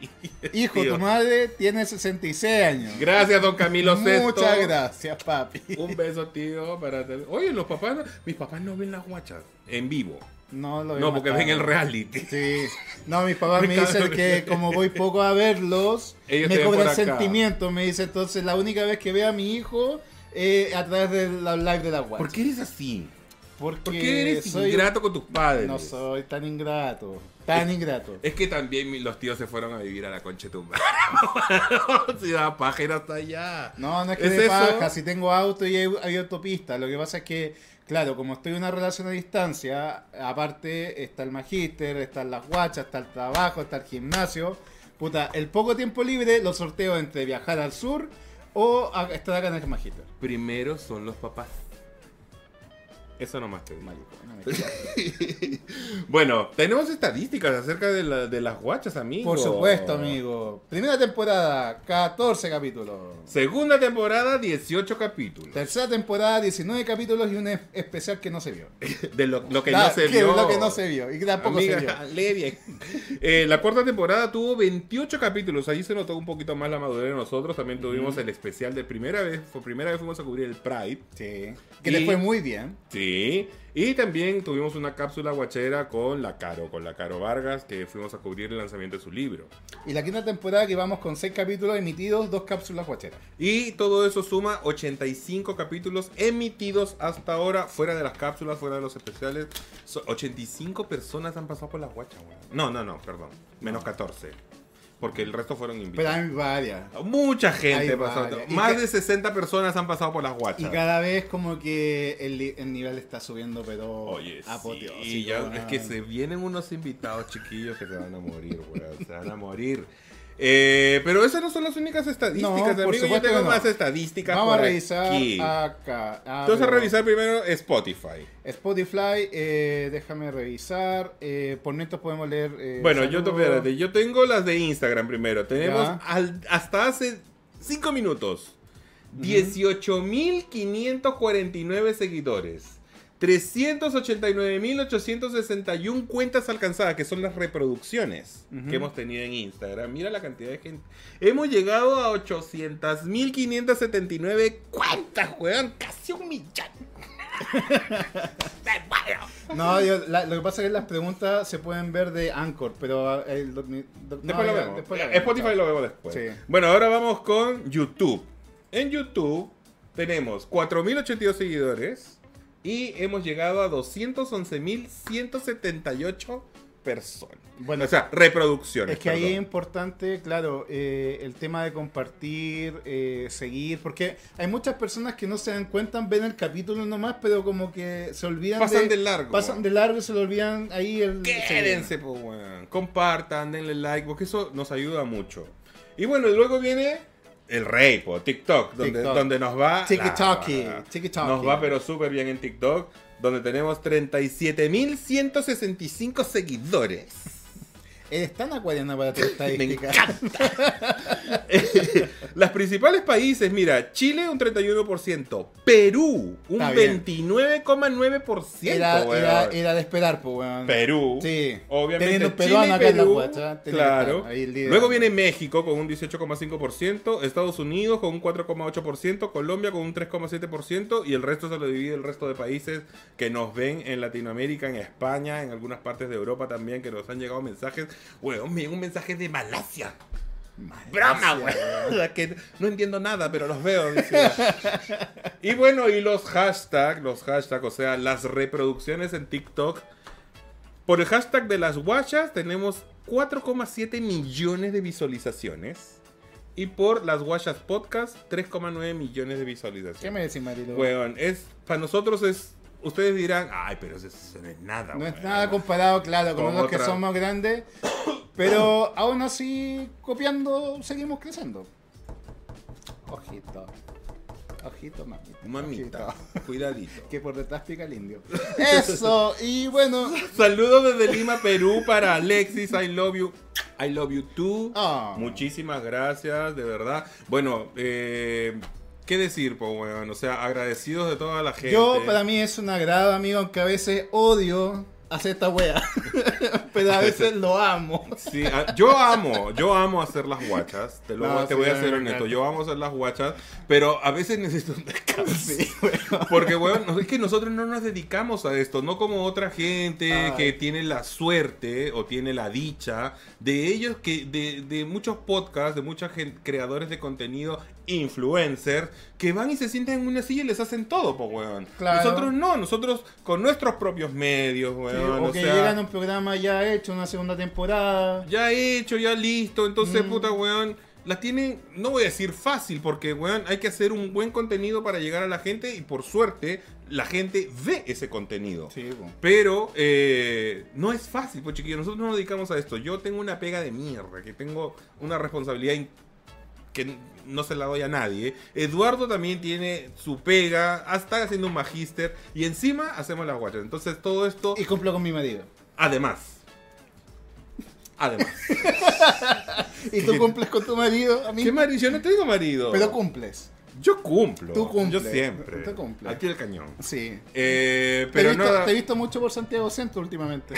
Speaker 1: Hijo,
Speaker 2: tío.
Speaker 1: tu madre tiene 66 años.
Speaker 2: Gracias, don Camilo Sesto.
Speaker 1: Muchas gracias, papi.
Speaker 2: Un beso, tío. Para... Oye, los papás, no- mis papás no ven las guachas en vivo.
Speaker 1: No, lo
Speaker 2: No, porque ven
Speaker 1: el
Speaker 2: el reality.
Speaker 1: Sí. No, mis papás me dicen que como voy poco a verlos,
Speaker 2: Ellos te
Speaker 1: me
Speaker 2: ven por
Speaker 1: cobran
Speaker 2: acá.
Speaker 1: sentimientos. Me dice, entonces la única vez que vea a mi hijo eh, a través de la live de la web.
Speaker 2: ¿Por qué eres así?
Speaker 1: Porque
Speaker 2: ¿Por qué eres
Speaker 1: soy-
Speaker 2: ingrato con tus padres?
Speaker 1: No soy tan ingrato. Tan ingrato.
Speaker 2: Es que también mi- los tíos se fueron a vivir a la concha de tu madre. si da paja ir hasta allá.
Speaker 1: No, no es que
Speaker 2: ¿Es
Speaker 1: me
Speaker 2: eso?
Speaker 1: paja, si tengo auto y hay, hay autopista. Lo que pasa es que, claro, como estoy en una relación a distancia, aparte está el magíster, están las guachas, está el trabajo, está el gimnasio. Puta, el poco tiempo libre lo sorteo entre viajar al sur o a- estar acá en el magíster.
Speaker 2: Primero son los papás. Eso nomás te digo.
Speaker 1: Marico, no me quiero.
Speaker 2: Bueno, tenemos estadísticas acerca de, la- de las guachas, amigo.
Speaker 1: Por supuesto, amigo. Primera temporada, 14 capítulos.
Speaker 2: Segunda temporada, 18 capítulos.
Speaker 1: Tercera temporada, 19 capítulos y un es- especial que no se vio.
Speaker 2: De lo, lo que
Speaker 1: Ah,
Speaker 2: no se vio.
Speaker 1: Lo que no se vio. Y que tampoco se vio.
Speaker 2: Amiga, lee bien. Eh, la cuarta temporada tuvo 28 capítulos. Ahí se notó un poquito más la madurez de nosotros. También tuvimos el especial de primera vez. Por primera vez fuimos a cubrir el Pride.
Speaker 1: Sí. Que
Speaker 2: Y-
Speaker 1: le fue muy bien.
Speaker 2: Sí, Sí. Y también tuvimos una cápsula guachera con la Caro, con la Caro Vargas, que fuimos a cubrir el lanzamiento de su libro.
Speaker 1: Y la quinta temporada que vamos con seis capítulos emitidos, dos cápsulas guacheras.
Speaker 2: Y todo eso suma 85 capítulos emitidos hasta ahora, fuera de las cápsulas, fuera de los especiales. So- 85 personas han pasado por la guacha, weón. No, no, no, perdón. Menos 14. Porque el resto fueron
Speaker 1: Pero
Speaker 2: invitados.
Speaker 1: hay varias.
Speaker 2: Mucha
Speaker 1: Hay
Speaker 2: gente ha pasado.
Speaker 1: varias. Y
Speaker 2: Más
Speaker 1: ca-
Speaker 2: de 60 personas han pasado por las
Speaker 1: Y
Speaker 2: guachas.
Speaker 1: cada vez como que el, li- el nivel está subiendo, pero
Speaker 2: Oye,
Speaker 1: apoteósico,
Speaker 2: sí, ya-
Speaker 1: weón.
Speaker 2: es que se vienen unos invitados chiquillos que se van a morir, weón, se van a morir. Eh, pero esas no son las únicas estadísticas,
Speaker 1: No, por
Speaker 2: amigo, yo
Speaker 1: supuesto
Speaker 2: tengo
Speaker 1: que no.
Speaker 2: más estadísticas
Speaker 1: Vamos a
Speaker 2: por
Speaker 1: revisar
Speaker 2: aquí.
Speaker 1: acá. Ah,
Speaker 2: Entonces
Speaker 1: pero-
Speaker 2: revisar primero Spotify.
Speaker 1: Spotify, eh, déjame revisar. eh, por netos podemos leer. eh,
Speaker 2: bueno, yo,
Speaker 1: saludos.
Speaker 2: te- espérate, yo tengo las de Instagram primero. Tenemos
Speaker 1: Ya.
Speaker 2: al- hasta hace 5 minutos 18.549 seguidores. 389.861 cuentas alcanzadas, que son las reproducciones
Speaker 1: Ujú.
Speaker 2: que hemos tenido en Instagram. Mira la cantidad de gente. Hemos llegado a 800.579 cuentas, weón. Casi un millón. Me muero.
Speaker 1: No, yo- la- lo que pasa es que las preguntas se pueden ver de Anchor, pero. eh, el- mi- do- no,
Speaker 2: Después lo
Speaker 1: ya,
Speaker 2: vemos.
Speaker 1: después la
Speaker 2: Eh,
Speaker 1: vemos,
Speaker 2: Spotify
Speaker 1: chao.
Speaker 2: lo vemos después.
Speaker 1: Sí.
Speaker 2: Bueno, ahora vamos con YouTube. En YouTube tenemos 4.082 seguidores y hemos llegado a 211.178 personas.
Speaker 1: Bueno,
Speaker 2: o sea, reproducciones.
Speaker 1: Es que ahí es
Speaker 2: perdón.
Speaker 1: importante, claro, eh, el tema de compartir, eh, seguir, porque hay muchas personas que no se dan cuenta, ven el capítulo nomás, pero como que se olvidan
Speaker 2: Pasan de largo.
Speaker 1: Pasan de largo y se lo olvidan ahí el...
Speaker 2: Quédense, pues, weón. Compartan, denle like, porque eso nos ayuda mucho. Y bueno, y luego viene el rey, po, TikTok, donde,
Speaker 1: TikTok.
Speaker 2: donde nos va.
Speaker 1: Tiki-taki,
Speaker 2: la-
Speaker 1: tiki-taki.
Speaker 2: Nos va, pero súper bien en TikTok, donde tenemos 37.165 seguidores.
Speaker 1: Eres tan acuariana para tu estadística.
Speaker 2: Las principales países, mira, Chile un 31%, Perú un
Speaker 1: Está bien.
Speaker 2: 29,9%.
Speaker 1: Era,
Speaker 2: weón.
Speaker 1: era, era de esperar, pues, weón.
Speaker 2: Perú.
Speaker 1: Sí.
Speaker 2: Obviamente
Speaker 1: Teniendo
Speaker 2: Chile
Speaker 1: peruano
Speaker 2: y
Speaker 1: acá en la
Speaker 2: Perú,
Speaker 1: guacha, tiene que
Speaker 2: claro.
Speaker 1: estar ahí el líder.
Speaker 2: Luego viene México con un 18,5%, Estados Unidos con un 4,8%, Colombia con un 3,7% y el resto se lo divide el resto de países que nos ven en Latinoamérica, en España, en algunas partes de Europa también que nos han llegado mensajes. Weón, me llegó un mensaje de Malasia. Broma, weón. Que no entiendo nada, pero los veo. dice. y bueno, y los hashtags, los hashtags, o sea, las reproducciones en TikTok. Por el hashtag de las guachas tenemos 4,7 millones de visualizaciones. Y por las guachas podcast, 3,9 millones de
Speaker 1: ¿Qué
Speaker 2: visualizaciones.
Speaker 1: me decís, Marilo?
Speaker 2: Weón, es, para nosotros es, ustedes dirán, ay, pero eso, eso no es nada.
Speaker 1: No es
Speaker 2: weón".
Speaker 1: nada comparado, claro, con
Speaker 2: Con
Speaker 1: los que
Speaker 2: otra-
Speaker 1: son más grandes. Pero aún así, copiando, seguimos creciendo. Ojito. Ojito, mamita.
Speaker 2: Mamita,
Speaker 1: Ojito.
Speaker 2: cuidadito.
Speaker 1: Que por detrás pica el indio. Eso, y bueno.
Speaker 2: Saludos desde Lima, Perú para Alexis. I love you. I love you too.
Speaker 1: Ah.
Speaker 2: Muchísimas gracias, de verdad. Bueno, eh, ¿qué decir, po, weón? O sea, agradecidos de toda la gente.
Speaker 1: Yo, para mí es un agrado, amigo, aunque a veces odio hacer esta wea. Pero a veces lo amo.
Speaker 2: Sí, a- yo amo, yo amo hacer las guachas. Te, lo
Speaker 1: No,
Speaker 2: voy- te
Speaker 1: sí,
Speaker 2: voy
Speaker 1: a
Speaker 2: a
Speaker 1: mí
Speaker 2: ser
Speaker 1: me
Speaker 2: honesto.
Speaker 1: encanta.
Speaker 2: Yo amo hacer las guachas, pero a veces necesito un descanso.
Speaker 1: Sí, weón.
Speaker 2: Porque, weón, no- es que nosotros no nos dedicamos a esto, no como otra gente
Speaker 1: Ay.
Speaker 2: que tiene la suerte o tiene la dicha de ellos, que de, de muchos podcasts, de muchos gen- creadores de contenido, influencers, que van y se sientan en una silla y les hacen todo, po, weón.
Speaker 1: Claro.
Speaker 2: Nosotros no, nosotros con nuestros propios medios,
Speaker 1: Sí,
Speaker 2: weón.
Speaker 1: o
Speaker 2: o
Speaker 1: que
Speaker 2: sea,
Speaker 1: llegan a un programa ya hecho, una segunda temporada.
Speaker 2: ya hecho, ya listo. Entonces,
Speaker 1: Mm.
Speaker 2: puta, weón, la tienen, no voy a decir fácil, porque, weón, hay que hacer un buen contenido para llegar a la gente y por suerte la gente ve ese contenido.
Speaker 1: Sí, po.
Speaker 2: Pero eh, no es fácil, pues chiquillos, nosotros no nos dedicamos a esto. Yo tengo una pega de mierda, que tengo una responsabilidad in- que no se la doy a nadie. Eduardo también tiene su pega, está haciendo un magíster y encima hacemos las guachas. Entonces todo esto...
Speaker 1: Y cumplo con mi marido.
Speaker 2: Además. Además.
Speaker 1: Y tú cumples con tu marido, amigo.
Speaker 2: ¿Qué marido? Yo no tengo marido.
Speaker 1: Pero cumples.
Speaker 2: Yo cumplo.
Speaker 1: Tú cumples.
Speaker 2: Yo siempre.
Speaker 1: Tú cumples.
Speaker 2: Aquí el cañón.
Speaker 1: Sí.
Speaker 2: Eh,
Speaker 1: Pero
Speaker 2: pero
Speaker 1: te, he visto,
Speaker 2: nada.
Speaker 1: te he visto mucho por Santiago Centro últimamente.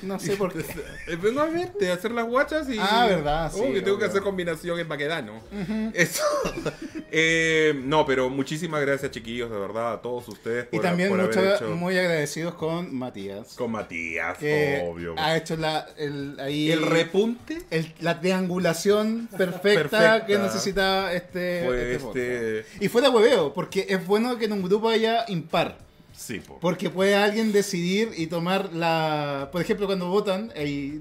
Speaker 1: No sé por qué.
Speaker 2: Eh, Vengo a verte, a hacer las guachas y.
Speaker 1: Ah, verdad, sí,
Speaker 2: Oh, que tengo que
Speaker 1: obvio.
Speaker 2: hacer combinación en Baquedano. Eso. Eh, no, pero muchísimas gracias, chiquillos, de verdad, a todos ustedes por,
Speaker 1: Y también
Speaker 2: por haber
Speaker 1: mucha-
Speaker 2: hecho.
Speaker 1: muy agradecidos con Matías.
Speaker 2: Con Matías,
Speaker 1: que
Speaker 2: obvio. pues.
Speaker 1: ha hecho la, el, ahí
Speaker 2: El repunte
Speaker 1: el- la triangulación perfecta,
Speaker 2: Perfecta.
Speaker 1: que necesitaba este, este
Speaker 2: Fue este-
Speaker 1: podcast. Y fuera hueveo, porque es bueno que en un grupo haya impar.
Speaker 2: Sí, po.
Speaker 1: Porque puede alguien decidir y tomar la. Por ejemplo, cuando votan, hay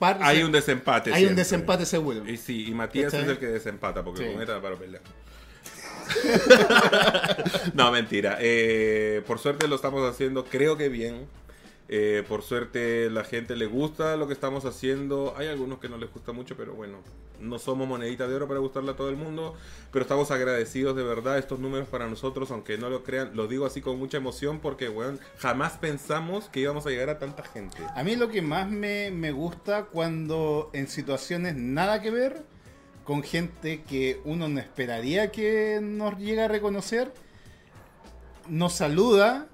Speaker 1: par.
Speaker 2: Hay un desempate.
Speaker 1: hay un
Speaker 2: siempre.
Speaker 1: desempate seguro.
Speaker 2: Y sí, y Matías
Speaker 1: ¿Cachai?
Speaker 2: es el que desempata porque
Speaker 1: Sí.
Speaker 2: con ETA para pelear. no, mentira. Eh, por suerte lo estamos haciendo, creo que bien. Eh, por suerte la gente le gusta lo que estamos haciendo. Hay algunos que no les gusta mucho, pero bueno, no somos moneditas de oro para gustarle a todo el mundo. Pero estamos agradecidos de verdad estos números para nosotros, aunque no lo crean. Lo digo así con mucha emoción porque, weón, jamás pensamos que íbamos a llegar a tanta gente.
Speaker 1: A mí lo que más me, me gusta cuando en situaciones nada que ver, con gente que uno no esperaría que nos llegue a reconocer, nos saluda,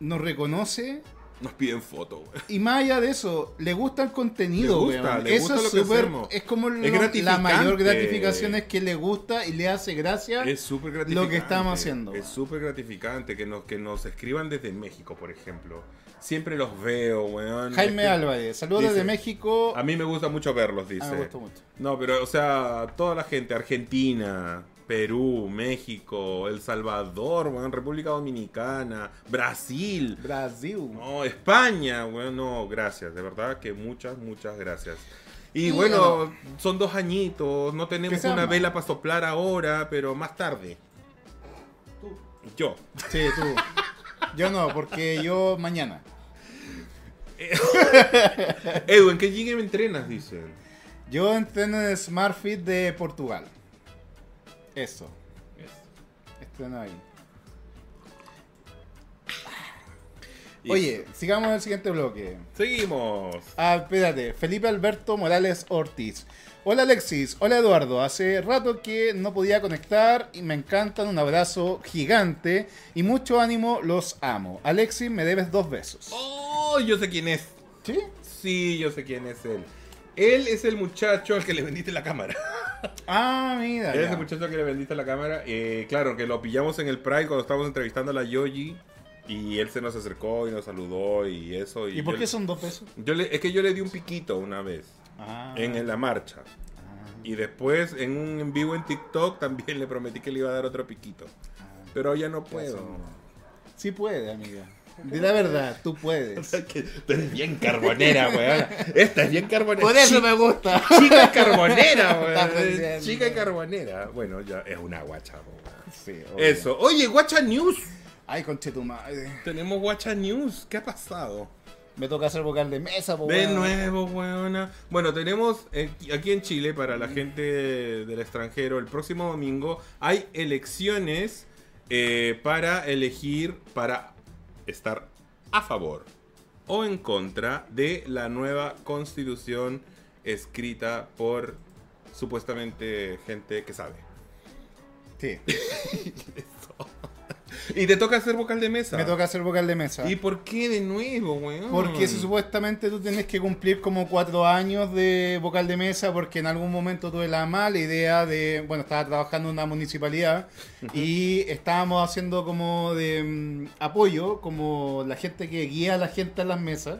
Speaker 1: nos reconoce
Speaker 2: Nos piden foto, weón.
Speaker 1: y más allá de eso, le gusta el contenido.
Speaker 2: Le gusta,
Speaker 1: weón.
Speaker 2: le
Speaker 1: eso
Speaker 2: gusta
Speaker 1: es
Speaker 2: lo que
Speaker 1: súper-
Speaker 2: hacemos.
Speaker 1: Es como lo- la
Speaker 2: gratificante.
Speaker 1: mayor gratificación es que le gusta y le hace gracia.
Speaker 2: Es súper gratificante.
Speaker 1: lo que estamos haciendo.
Speaker 2: Es súper gratificante que nos, que nos escriban desde México, por ejemplo. Siempre los veo, weón.
Speaker 1: Jaime
Speaker 2: Es que
Speaker 1: Álvarez, saludos
Speaker 2: dice,
Speaker 1: desde México.
Speaker 2: A mí me gusta mucho verlos, dice.
Speaker 1: Ah, me gustó mucho.
Speaker 2: No, pero, o sea, toda la gente, Argentina, Perú, México, El Salvador, weón, República Dominicana, Brasil.
Speaker 1: Brasil.
Speaker 2: No, España, weón, no, gracias, de verdad que muchas, muchas gracias. Y
Speaker 1: Y,
Speaker 2: bueno, son dos añitos, no tenemos
Speaker 1: sea
Speaker 2: una
Speaker 1: más.
Speaker 2: vela para soplar ahora, pero más tarde. Yo.
Speaker 1: Sí, tú. Yo no, porque yo mañana.
Speaker 2: Edu, ¿en qué gym entrenas? Dicen.
Speaker 1: Yo entreno en el SmartFit de Portugal. Eso, estreno ahí.
Speaker 2: Y-
Speaker 1: Oye, sigamos en el siguiente bloque.
Speaker 2: Seguimos.
Speaker 1: Ah, espérate, Felipe Alberto Morales Ortiz. Hola Alexis, hola Eduardo. Hace rato que no podía conectar y me encantan. Un abrazo gigante y mucho ánimo, los amo. Alexis, me debes dos besos.
Speaker 2: Oh, yo sé quién es.
Speaker 1: ¿Sí?
Speaker 2: Sí, yo sé quién es él. Él es el muchacho al que le vendiste la cámara.
Speaker 1: Ah, mira.
Speaker 2: Él es
Speaker 1: ya.
Speaker 2: el muchacho que le vendiste la cámara. Eh, claro, que lo pillamos en el Pride cuando estábamos entrevistando a la Yoji. Y él se nos acercó y nos saludó y eso. ¿Y,
Speaker 1: ¿Y por
Speaker 2: yo
Speaker 1: qué
Speaker 2: le-
Speaker 1: son dos besos?
Speaker 2: Yo le- es que yo le di un piquito una vez
Speaker 1: Ah.
Speaker 2: en, en la marcha. Y después en un en vivo en TikTok también le prometí que le iba a dar otro piquito. Pero ya no puedo.
Speaker 1: Ah, Sí puede, amiga. Di la verdad, tú puedes.
Speaker 2: Que tú eres bien carbonera, weón. Esta es bien carbonera.
Speaker 1: me gusta.
Speaker 2: Chi- Chica carbonera,
Speaker 1: Estás
Speaker 2: weón.
Speaker 1: pensando.
Speaker 2: Chica carbonera. Bueno, ya es una guacha, weón.
Speaker 1: Sí, obvio.
Speaker 2: Eso. Oye, guacha news.
Speaker 1: Ay, conche tu madre.
Speaker 2: Tenemos guacha news. ¿Qué ha pasado?
Speaker 1: Me toca hacer vocal de mesa, po,
Speaker 2: De
Speaker 1: weón.
Speaker 2: nuevo, weona. Bueno, tenemos eh, aquí en Chile, para la gente del extranjero, el próximo domingo hay elecciones eh, para elegir, para estar a favor o en contra de la nueva constitución escrita por supuestamente gente que sabe.
Speaker 1: Sí,
Speaker 2: Y te toca hacer vocal de mesa.
Speaker 1: me toca hacer vocal de mesa.
Speaker 2: ¿Y por qué de nuevo, weón?
Speaker 1: Porque si supuestamente tú tienes que cumplir como cuatro años de vocal de mesa, porque en algún momento tuve la mala idea de. Bueno, estaba trabajando en una municipalidad y estábamos haciendo como de mm, apoyo, como la gente que guía a la gente en las mesas.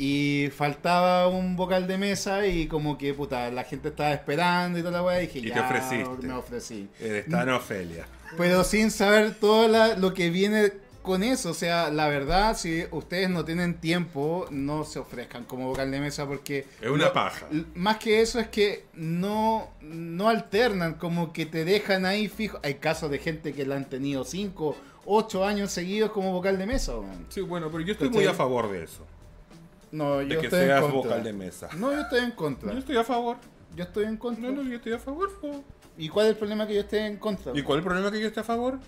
Speaker 1: Y faltaba un vocal de mesa y como que puta, la gente estaba esperando y toda la weá. Y dije,
Speaker 2: Y te
Speaker 1: ya,
Speaker 2: ofreciste.
Speaker 1: me ofrecí.
Speaker 2: Está en Ofelia.
Speaker 1: Pero sin saber todo la- lo que viene con eso. O sea, la verdad, si ustedes no tienen tiempo, no se ofrezcan como vocal de mesa porque...
Speaker 2: Es una
Speaker 1: lo-
Speaker 2: paja.
Speaker 1: l- Más que eso es que no, no alternan, como que te dejan ahí fijo. Hay casos de gente que la han tenido 5, 8 años seguidos como vocal de mesa. weón.
Speaker 2: Sí, bueno, pero yo estoy
Speaker 1: ¿Cachai?
Speaker 2: muy a favor de eso.
Speaker 1: No,
Speaker 2: De
Speaker 1: yo
Speaker 2: que
Speaker 1: estoy en
Speaker 2: seas
Speaker 1: contra.
Speaker 2: vocal de mesa.
Speaker 1: No, yo estoy en contra.
Speaker 2: Yo estoy a favor.
Speaker 1: Yo estoy en contra.
Speaker 2: No, no, yo estoy a favor. po.
Speaker 1: ¿Y cuál es el problema que yo esté en contra?
Speaker 2: ¿Y cuál es el problema que yo esté a favor?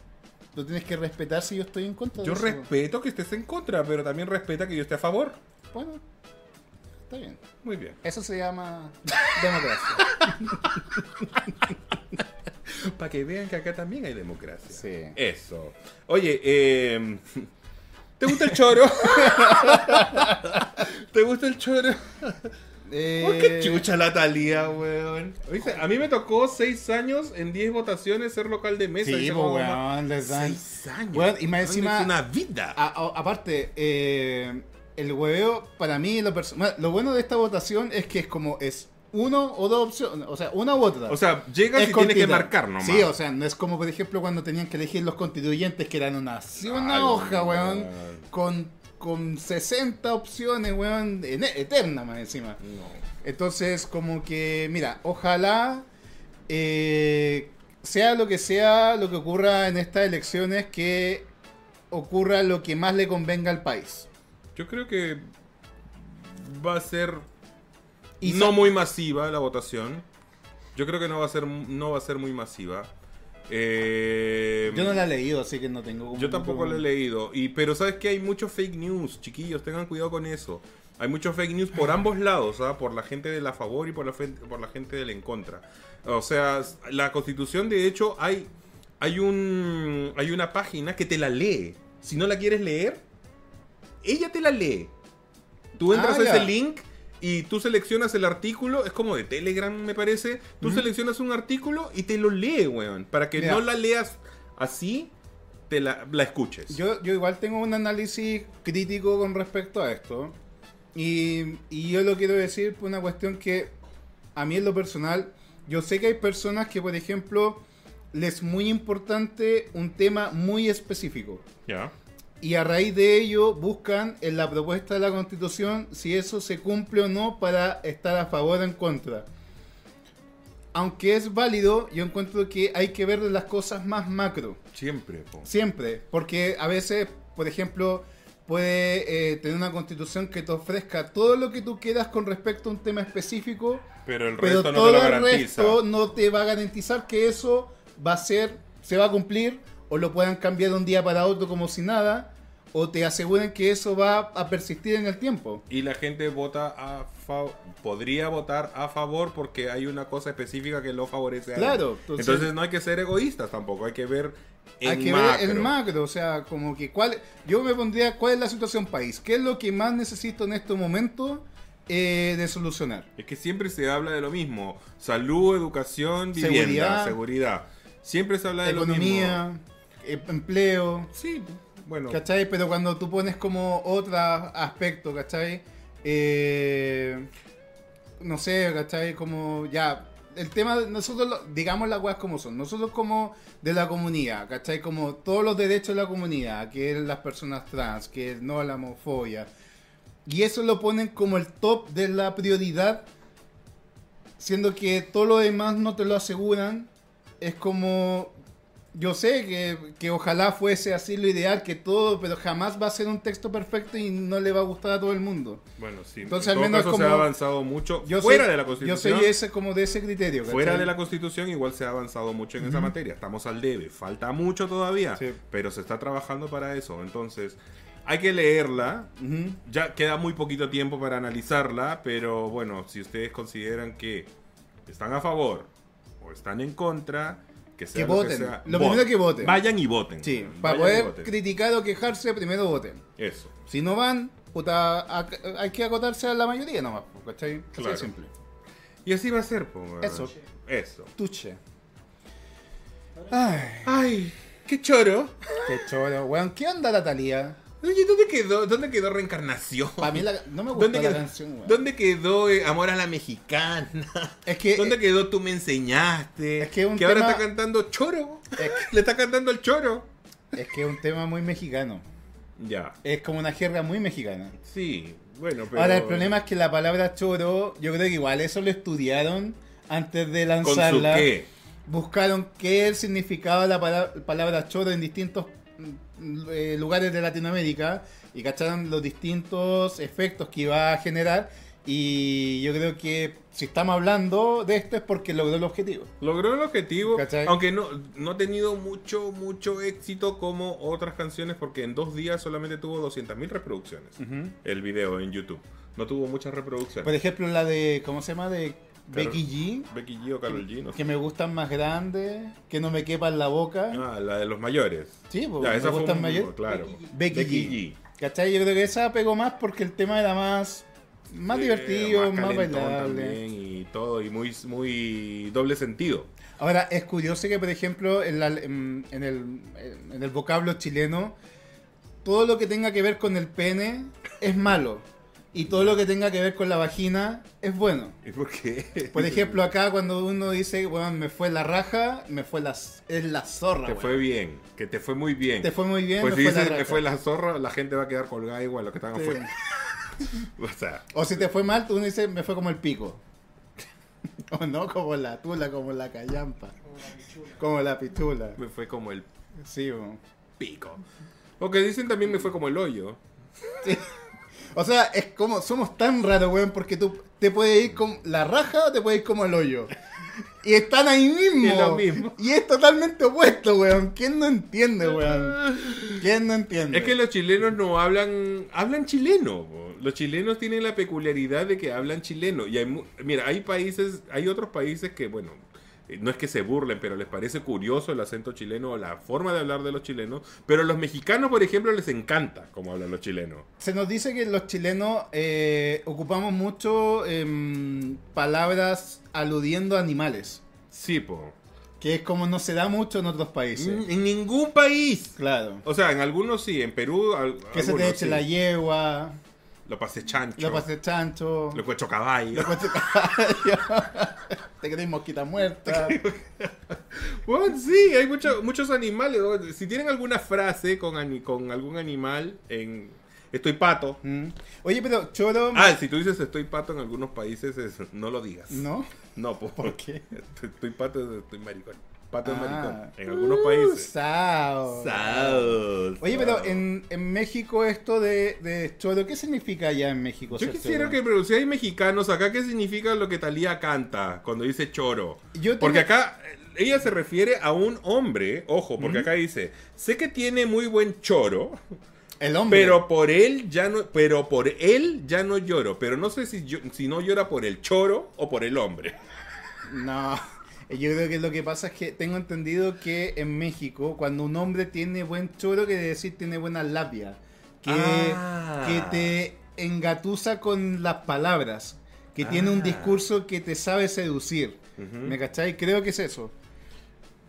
Speaker 1: Tú tienes que respetar si yo estoy en contra. de
Speaker 2: Yo
Speaker 1: eso, weón.
Speaker 2: respeto que estés en contra, pero también respeta que yo esté a favor.
Speaker 1: Bueno, está bien.
Speaker 2: Muy bien.
Speaker 1: Eso se llama democracia.
Speaker 2: Para que vean que acá también hay democracia.
Speaker 1: Sí.
Speaker 2: Eso. Oye, eh, em, ¿Te gusta el choro? ¿Te gusta el choro?
Speaker 1: Eh,
Speaker 2: ¿Por qué chucha la talía, weón? Oíste, A mí me tocó 6 años en 10 votaciones ser local de mesa.
Speaker 1: Sí,
Speaker 2: dice
Speaker 1: po,
Speaker 2: Juanjo Guzmán.
Speaker 1: weón, les dan.
Speaker 2: Seis años.
Speaker 1: Weón, y más
Speaker 2: Weón,
Speaker 1: encima-
Speaker 2: Es una vida.
Speaker 1: A- a- aparte, eh, el hueveo, para mí, lo, perso- bueno, lo bueno de esta votación es que es como es uno o dos opciones, o sea, una u otra.
Speaker 2: o sea, llegas y tienes que
Speaker 1: cortita.
Speaker 2: marcar nomás.
Speaker 1: Sí, o sea, no es como por ejemplo cuando tenían que elegir los constituyentes que eran una, sí, una
Speaker 2: Ay,
Speaker 1: hoja, weón,
Speaker 2: weón.
Speaker 1: con, con 60 opciones, weón, en- eterna más encima.
Speaker 2: No.
Speaker 1: Entonces, como que, mira, ojalá eh, sea lo que sea lo que ocurra en estas elecciones, que ocurra lo que más le convenga al país.
Speaker 2: Yo creo que va a ser
Speaker 1: Y
Speaker 2: no
Speaker 1: sa-
Speaker 2: muy masiva la votación. Yo creo que no va a ser, no va a ser muy masiva. Eh,
Speaker 1: Yo no la he leído, así que no tengo como-
Speaker 2: Yo tampoco lo he leído. Y, pero sabes que hay mucho fake news, chiquillos, tengan cuidado con eso. Hay mucho fake news por ambos lados, ¿ah? por la gente de la favor y por la, fen- por la gente del en contra. O sea, s- la constitución de hecho hay, hay, un, hay una página que te la lee. Si no la quieres leer, ella te la lee. Tú entras
Speaker 1: Ah,
Speaker 2: a ese
Speaker 1: ya.
Speaker 2: link y tú seleccionas el artículo, es como de Telegram me parece, tú seleccionas un artículo y te lo lee, weón, para que
Speaker 1: Ya.
Speaker 2: no la leas así, te la, la escuches.
Speaker 1: Yo, yo igual tengo un análisis crítico con respecto a esto. Y, y yo lo quiero decir por una cuestión que a mí en lo personal, yo sé que hay personas que, por ejemplo, les es muy importante un tema muy específico.
Speaker 2: Ya.
Speaker 1: Y a raíz de ello buscan en la propuesta de la constitución si eso se cumple o no para estar a favor o en contra. Aunque es válido, yo encuentro que hay que ver las cosas más macro.
Speaker 2: Siempre, po.
Speaker 1: Siempre, porque a veces, por ejemplo, puede eh, tener una constitución que te ofrezca todo lo que tú quieras con respecto a un tema específico,
Speaker 2: Pero el
Speaker 1: pero
Speaker 2: resto no
Speaker 1: todo
Speaker 2: te lo
Speaker 1: el
Speaker 2: garantiza.
Speaker 1: resto no te va a garantizar que eso va a ser, se va a cumplir, o lo puedan cambiar de un día para otro como si nada, o te aseguren que eso va a persistir en el tiempo.
Speaker 2: Y la gente vota a favor. Podría votar a favor porque hay una cosa específica que lo favorece a él.
Speaker 1: Claro,
Speaker 2: Entonces,
Speaker 1: entonces-
Speaker 2: no hay que ser egoístas tampoco. Hay que ver el
Speaker 1: Hay que
Speaker 2: macro.
Speaker 1: ver el macro, o sea, como que cuál, yo me pondría cuál es la situación país, qué es lo que más necesito en este momento eh, de solucionar.
Speaker 2: Es que siempre se habla de lo mismo. Salud, educación, vivienda, seguridad.
Speaker 1: Seguridad.
Speaker 2: Siempre se habla de lo mismo.
Speaker 1: economía, em- empleo,
Speaker 2: Sí, bueno.
Speaker 1: ¿cachai? Pero cuando tú pones como otro aspecto, ¿cachai? Eh, no sé, ¿cachai? Como ya, el tema, de- nosotros, lo- digamos las cosas como son, nosotros como de la comunidad, ¿cachai? Como todos los derechos de la comunidad, que es las personas trans, que es no a la homofobia, y eso lo ponen como el top de la prioridad, siendo que todo lo demás no te lo aseguran. Es como. Yo sé que, que ojalá fuese así lo ideal, que todo, pero jamás va a ser un texto perfecto y no le va a gustar a todo el mundo.
Speaker 2: Bueno, sí.
Speaker 1: Entonces,
Speaker 2: en
Speaker 1: al
Speaker 2: todo
Speaker 1: menos
Speaker 2: caso,
Speaker 1: como-
Speaker 2: se ha avanzado mucho
Speaker 1: Yo
Speaker 2: fuera
Speaker 1: soy-
Speaker 2: de la Constitución.
Speaker 1: Yo soy ese, como de ese criterio. ¿cachai?
Speaker 2: Fuera de la Constitución igual se ha avanzado mucho en esa materia. Estamos al debe, falta mucho todavía,
Speaker 1: Sí.
Speaker 2: pero se está trabajando para eso. Entonces, hay que leerla.
Speaker 1: Ujú.
Speaker 2: Ya queda muy poquito tiempo para analizarla, pero bueno, si ustedes consideran que están a favor o están en contra, que, sea
Speaker 1: Que
Speaker 2: lo
Speaker 1: voten.
Speaker 2: sea,
Speaker 1: Lo primero que voten.
Speaker 2: Vayan y voten.
Speaker 1: Sí,
Speaker 2: Vayan
Speaker 1: para
Speaker 2: y
Speaker 1: poder
Speaker 2: voten.
Speaker 1: criticar o quejarse, primero voten.
Speaker 2: Eso.
Speaker 1: Si no van, puta, a- hay que acotarse a la mayoría nomás, pues, ¿cachai? Así de
Speaker 2: Claro.
Speaker 1: simple.
Speaker 2: Y así va a ser, po, weón.
Speaker 1: Eso.
Speaker 2: Eso.
Speaker 1: Tuche. Ay.
Speaker 2: Ay, qué choro.
Speaker 1: Qué choro, weón. ¿Qué onda la Thalía?
Speaker 2: Oye, ¿dónde quedó, dónde quedó reencarnación?
Speaker 1: A mí la- no me gustó
Speaker 2: ¿Dónde
Speaker 1: la
Speaker 2: quedó,
Speaker 1: canción, weón.
Speaker 2: dónde quedó, eh, Amor a la Mexicana?
Speaker 1: Es que, este,
Speaker 2: ¿Dónde quedó Tú me enseñaste?
Speaker 1: Eh, es que un
Speaker 2: ahora
Speaker 1: tema-
Speaker 2: está cantando Choro.
Speaker 1: es,
Speaker 2: Le está cantando el Choro.
Speaker 1: es que es un tema muy mexicano.
Speaker 2: Ya.
Speaker 1: Es como una jerga muy mexicana.
Speaker 2: Sí, bueno, pero...
Speaker 1: Ahora, el problema es que la palabra choro, yo creo que igual eso lo estudiaron antes de
Speaker 2: ¿Con su
Speaker 1: lanzarla.
Speaker 2: qué?
Speaker 1: Buscaron qué significaba la pala- palabra choro en distintos mm, eh, lugares de Latinoamérica y cacharon los distintos efectos que iba a generar. Y yo creo que si estamos hablando de esto es porque logró el objetivo.
Speaker 2: Logró el objetivo,
Speaker 1: ¿Cachai?
Speaker 2: aunque no, no ha tenido mucho, mucho éxito como otras canciones, porque en dos días solamente tuvo 200.000 reproducciones
Speaker 1: Mm.
Speaker 2: el video en YouTube. No tuvo muchas
Speaker 1: Por
Speaker 2: reproducciones.
Speaker 1: ejemplo, la de, ¿cómo se llama? De
Speaker 2: Claro.
Speaker 1: Becky G.
Speaker 2: Becky G o Carol G, no sé.
Speaker 1: Que me gustan más grandes, que no me quepa en la boca.
Speaker 2: Ah, la de los mayores.
Speaker 1: Sí, porque
Speaker 2: Ya,
Speaker 1: Oh, me
Speaker 2: esa fue
Speaker 1: gustan
Speaker 2: un-
Speaker 1: mayor.
Speaker 2: Claro.
Speaker 1: Becky G. ¿Cachai? Yo creo que esa pegó más porque el tema era más, más
Speaker 2: Sí,
Speaker 1: divertido, más,
Speaker 2: Eh, calentón
Speaker 1: bailable.
Speaker 2: también y todo, y muy, muy doble sentido.
Speaker 1: Ahora, es curioso que, por ejemplo, en, la- en- en el, en el vocablo chileno, todo lo que tenga que ver con el pene es malo. Y todo lo que tenga que ver con la vagina es bueno.
Speaker 2: ¿Y por qué?
Speaker 1: Por ejemplo, acá cuando uno dice, bueno, me fue la raja, me fue la, z- es la zorra.
Speaker 2: Te
Speaker 1: weón.
Speaker 2: fue bien, que te fue muy bien.
Speaker 1: Te fue muy bien,
Speaker 2: pues
Speaker 1: me
Speaker 2: si
Speaker 1: fue la
Speaker 2: dices que
Speaker 1: raja.
Speaker 2: fue la zorra, la gente va a quedar colgada igual, lo que están
Speaker 1: Sí.
Speaker 2: afuera. O sea,
Speaker 1: O si te fue mal, uno dice, me fue como el pico. o no, como la tula, como la callampa. Como la pichula.
Speaker 2: me fue como el
Speaker 1: Sí, weón.
Speaker 2: pico. O que dicen también me fue como el hoyo.
Speaker 1: O sea, es como, somos tan raros, weón, porque tú te puedes ir con la raja o te puedes ir como el hoyo. Y están ahí mismo.
Speaker 2: Es lo mismo.
Speaker 1: Y es totalmente opuesto, weón. ¿Quién no entiende, weón? ¿Quién no entiende?
Speaker 2: Es que los chilenos no hablan, hablan chileno. po. Los chilenos tienen la peculiaridad de que hablan chileno. Y hay, mu- mira, hay países, hay otros países que, bueno, eh, no es que se burlen, pero les parece curioso el acento chileno o la forma de hablar de los chilenos. Pero a los mexicanos, por ejemplo, les encanta cómo hablan los chilenos.
Speaker 1: Se nos dice que los chilenos eh, ocupamos mucho em, palabras aludiendo a animales.
Speaker 2: Sí, po.
Speaker 1: Que es como no se da mucho en otros países.
Speaker 2: En ningún país.
Speaker 1: Claro.
Speaker 2: O sea, en algunos sí, en Perú. al-
Speaker 1: Que se te
Speaker 2: algunos
Speaker 1: eche
Speaker 2: sí.
Speaker 1: la yegua,
Speaker 2: Lo pasé chancho.
Speaker 1: lo pasé chancho,
Speaker 2: Lo cuecho caballo.
Speaker 1: te crees mosquita muerta.
Speaker 2: Bueno, sí, hay mucho- muchos animales. ¿no? Si tienen alguna frase con, ani- con algún animal en... Estoy pato.
Speaker 1: Mm. Oye, pero Choro...
Speaker 2: Ah, si tú dices estoy pato en algunos países, es- no lo digas.
Speaker 1: ¿No?
Speaker 2: No, po-
Speaker 1: ¿Por qué?
Speaker 2: Estoy, estoy pato, es- estoy maricón. Pato es
Speaker 1: Ah.
Speaker 2: maricón. En algunos países.
Speaker 1: Uh, Sao.
Speaker 2: Sao,
Speaker 1: Oye, pero
Speaker 2: sao.
Speaker 1: en, en México esto de, de choro, ¿qué significa allá en México?
Speaker 2: Yo
Speaker 1: ser
Speaker 2: quisiera
Speaker 1: choro?
Speaker 2: que pero si hay mexicanos acá, ¿qué significa lo que Talía canta cuando dice choro?
Speaker 1: Yo tengo-
Speaker 2: Porque acá eh, ella se refiere a un hombre, ojo, porque acá dice, sé que tiene muy buen choro,
Speaker 1: El hombre.
Speaker 2: pero por él ya no, pero por él ya no lloro, pero no sé si yo- si no llora por el choro o por el hombre.
Speaker 1: No. Yo creo que lo que pasa es que tengo entendido que en México, cuando un hombre tiene buen choro, quiere decir tiene buena labia. Que,
Speaker 2: Ah.
Speaker 1: que te engatusa con las palabras. Que tiene
Speaker 2: Ah.
Speaker 1: un discurso que te sabe seducir.
Speaker 2: Ujú.
Speaker 1: ¿Me cachai? Creo que es eso.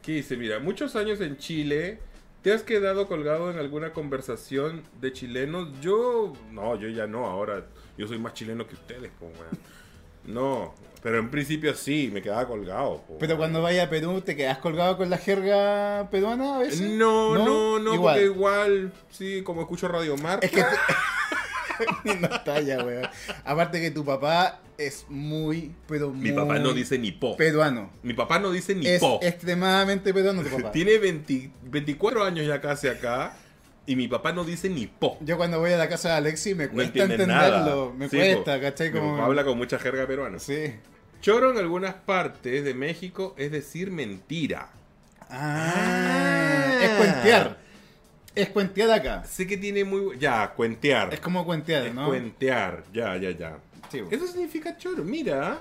Speaker 2: Que dice, mira, muchos años en Chile, ¿te has quedado colgado en alguna conversación de chilenos? Yo, no, yo ya no, ahora yo soy más chileno que ustedes, po, weón. No, pero en principio sí, me quedaba colgado. po,
Speaker 1: Pero
Speaker 2: weón.
Speaker 1: cuando vaya a Perú, ¿te quedas colgado con la jerga peruana a veces?
Speaker 2: No, no, no,
Speaker 1: Igual.
Speaker 2: porque igual, sí, como escucho Radio Mar.
Speaker 1: Es que... te- no talla, weón. Aparte que tu papá es muy, pero muy...
Speaker 2: Mi papá no dice ni po.
Speaker 1: Peruano.
Speaker 2: Mi papá no dice ni
Speaker 1: Es
Speaker 2: po.
Speaker 1: extremadamente peruano tu papá.
Speaker 2: Tiene 20 24 años ya casi acá y mi papá no dice ni po.
Speaker 1: Yo cuando voy a la casa de Alexi me
Speaker 2: No
Speaker 1: cuesta
Speaker 2: entiende
Speaker 1: entenderlo.
Speaker 2: nada.
Speaker 1: Me
Speaker 2: Sí,
Speaker 1: cuesta,
Speaker 2: po.
Speaker 1: ¿cachai?
Speaker 2: Mi
Speaker 1: Como...
Speaker 2: papá habla con mucha jerga peruana.
Speaker 1: Sí.
Speaker 2: Choro en algunas partes de México es decir mentira.
Speaker 1: Ah, Es cuentear. Es cuentear acá.
Speaker 2: Sé que tiene muy... bu- Ya, cuentear.
Speaker 1: Es como cuentear,
Speaker 2: Es
Speaker 1: ¿no?
Speaker 2: cuentear. Ya, ya, ya.
Speaker 1: Sí, bueno.
Speaker 2: Eso significa choro, mira.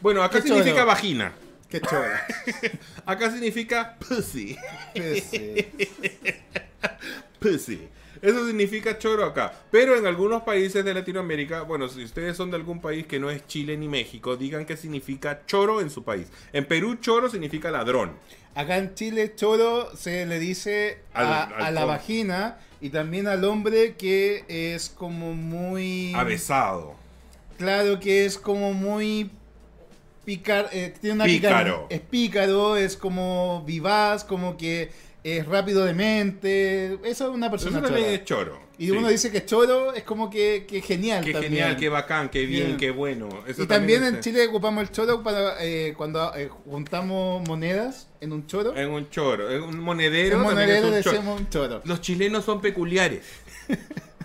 Speaker 2: Bueno, acá
Speaker 1: ¿Qué
Speaker 2: significa
Speaker 1: choro?
Speaker 2: vagina.
Speaker 1: Qué chora.
Speaker 2: Acá significa pussy.
Speaker 1: Sí, sí.
Speaker 2: Pussy. Eso significa choro acá. Pero en algunos países de Latinoamérica, bueno, si ustedes son de algún país que no es Chile ni México, digan qué significa choro en su país. En Perú, choro significa ladrón.
Speaker 1: Acá en Chile, choro se le dice a,
Speaker 2: Al- al
Speaker 1: a la
Speaker 2: hombre.
Speaker 1: vagina y también al hombre que es como muy.
Speaker 2: Avesado.
Speaker 1: Claro que es como muy. Picar, eh, tiene una picar-
Speaker 2: Pícaro.
Speaker 1: Es pícaro, es como vivaz, como que es rápido de mente. Eso es una
Speaker 2: Eso
Speaker 1: persona
Speaker 2: también
Speaker 1: chora.
Speaker 2: es choro.
Speaker 1: Y
Speaker 2: Sí.
Speaker 1: uno dice que choro es como que, que genial
Speaker 2: Qué
Speaker 1: también.
Speaker 2: genial, qué bacán, qué bien,
Speaker 1: Bien.
Speaker 2: qué bueno. Eso
Speaker 1: y también
Speaker 2: es-
Speaker 1: en Chile ocupamos el choro para eh, cuando eh, juntamos monedas en un choro.
Speaker 2: En un choro, en un monedero.
Speaker 1: En
Speaker 2: también es
Speaker 1: monedero
Speaker 2: un choro.
Speaker 1: decimos un choro.
Speaker 2: Los chilenos son peculiares.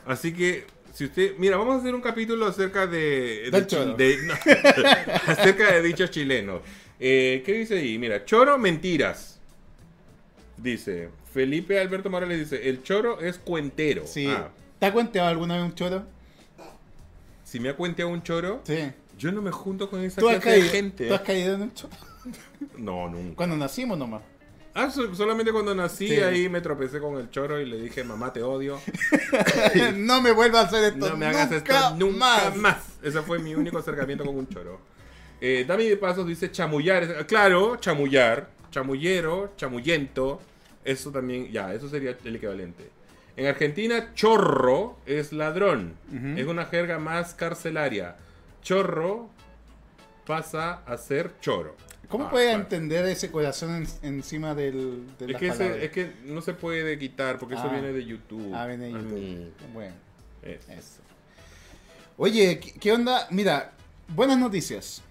Speaker 2: Así que, si usted. Mira, vamos a hacer un capítulo acerca de. de,
Speaker 1: Del choro.
Speaker 2: de- no, acerca de dichos chilenos. Eh, ¿Qué dice ahí? Mira, choro, mentiras. Dice. Felipe Alberto Morales dice: el choro es cuentero.
Speaker 1: Sí.
Speaker 2: Ah,
Speaker 1: ¿Te has cuenteado alguna vez un choro?
Speaker 2: si me ha cuenteado un choro,
Speaker 1: Sí.
Speaker 2: yo no me junto con esa
Speaker 1: ¿Tú has,
Speaker 2: clase de
Speaker 1: caído,
Speaker 2: gente.
Speaker 1: ¿Tú has caído en un choro?
Speaker 2: No, nunca.
Speaker 1: Cuando nacimos nomás.
Speaker 2: Ah, so- solamente cuando nací
Speaker 1: Sí.
Speaker 2: ahí me tropecé con el choro y le dije, mamá, te odio.
Speaker 1: no me vuelvas a hacer esto.
Speaker 2: No me hagas
Speaker 1: nunca
Speaker 2: esto nunca más.
Speaker 1: más.
Speaker 2: Ese fue mi único acercamiento con un choro. Eh, Dami de Pasos dice chamullar. Claro, chamullar. Chamullero, chamullento. Eso también, ya, eso sería el equivalente. En Argentina, chorro es ladrón. Es una jerga más carcelaria. Chorro pasa a ser choro.
Speaker 1: ¿Cómo
Speaker 2: Ah,
Speaker 1: puedes
Speaker 2: claro.
Speaker 1: entender ese corazón en- encima del, de
Speaker 2: Es
Speaker 1: las
Speaker 2: que, ese-
Speaker 1: palabras?
Speaker 2: es que no se puede quitar porque eso
Speaker 1: Ah.
Speaker 2: viene de YouTube.
Speaker 1: Ah, viene de YouTube.
Speaker 2: Amigo.
Speaker 1: Bueno,
Speaker 2: Es-
Speaker 1: eso. Oye, ¿qué- ¿qué onda? Mira, buenas noticias.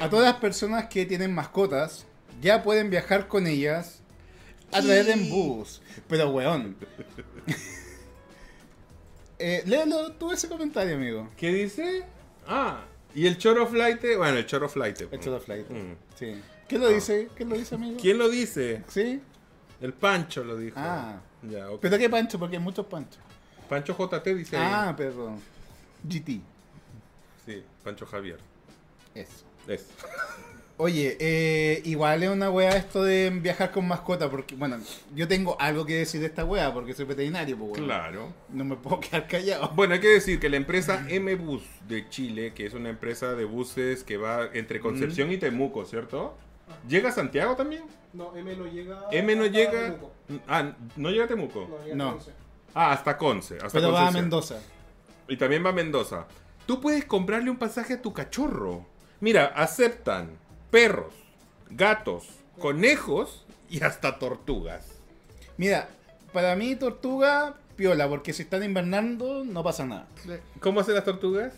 Speaker 1: A todas las personas que tienen mascotas, ya pueden viajar con ellas a través de bus. Pero, weón. eh, léelo tú ese comentario, amigo.
Speaker 2: ¿Qué dice? Ah, y el choro flight. Bueno, el choro flight.
Speaker 1: Hecho de flight.
Speaker 2: Mm.
Speaker 1: Sí. ¿Qué lo
Speaker 2: Ah.
Speaker 1: dice? ¿Qué lo dice, amigo?
Speaker 2: ¿Quién lo dice?
Speaker 1: ¿Sí?
Speaker 2: El Pancho lo dijo.
Speaker 1: Ah.
Speaker 2: Ya, ok.
Speaker 1: ¿Pero qué pancho? Porque hay muchos panchos.
Speaker 2: Pancho JT dice. ahí.
Speaker 1: Ah, perdón. GT.
Speaker 2: Sí, Pancho Javier.
Speaker 1: Eso.
Speaker 2: Es.
Speaker 1: Oye, eh, igual es una wea esto de viajar con mascota, porque, bueno, yo tengo algo que decir de esta wea, porque soy veterinario, pues, weón.
Speaker 2: Claro. Ah,
Speaker 1: No me puedo quedar callado.
Speaker 2: Bueno, hay que decir que la empresa M Bus de Chile, que es una empresa de buses que va entre Concepción y Temuco, ¿cierto? ¿Llega a Santiago también?
Speaker 3: No, M no llega.
Speaker 2: M no
Speaker 3: hasta
Speaker 2: llega.
Speaker 3: Temuco.
Speaker 2: Ah, no llega a Temuco.
Speaker 3: No, llega
Speaker 1: No.
Speaker 3: a Conce.
Speaker 2: Ah, hasta Conce. Hasta
Speaker 1: Pero va a
Speaker 2: Concepción.
Speaker 1: Mendoza.
Speaker 2: Y también va a Mendoza. Tú puedes comprarle un pasaje a tu cachorro. Mira, aceptan perros, gatos, conejos y hasta tortugas.
Speaker 1: Mira, para mí tortuga, piola, porque si están invernando, no pasa nada.
Speaker 2: ¿Cómo hacen las tortugas?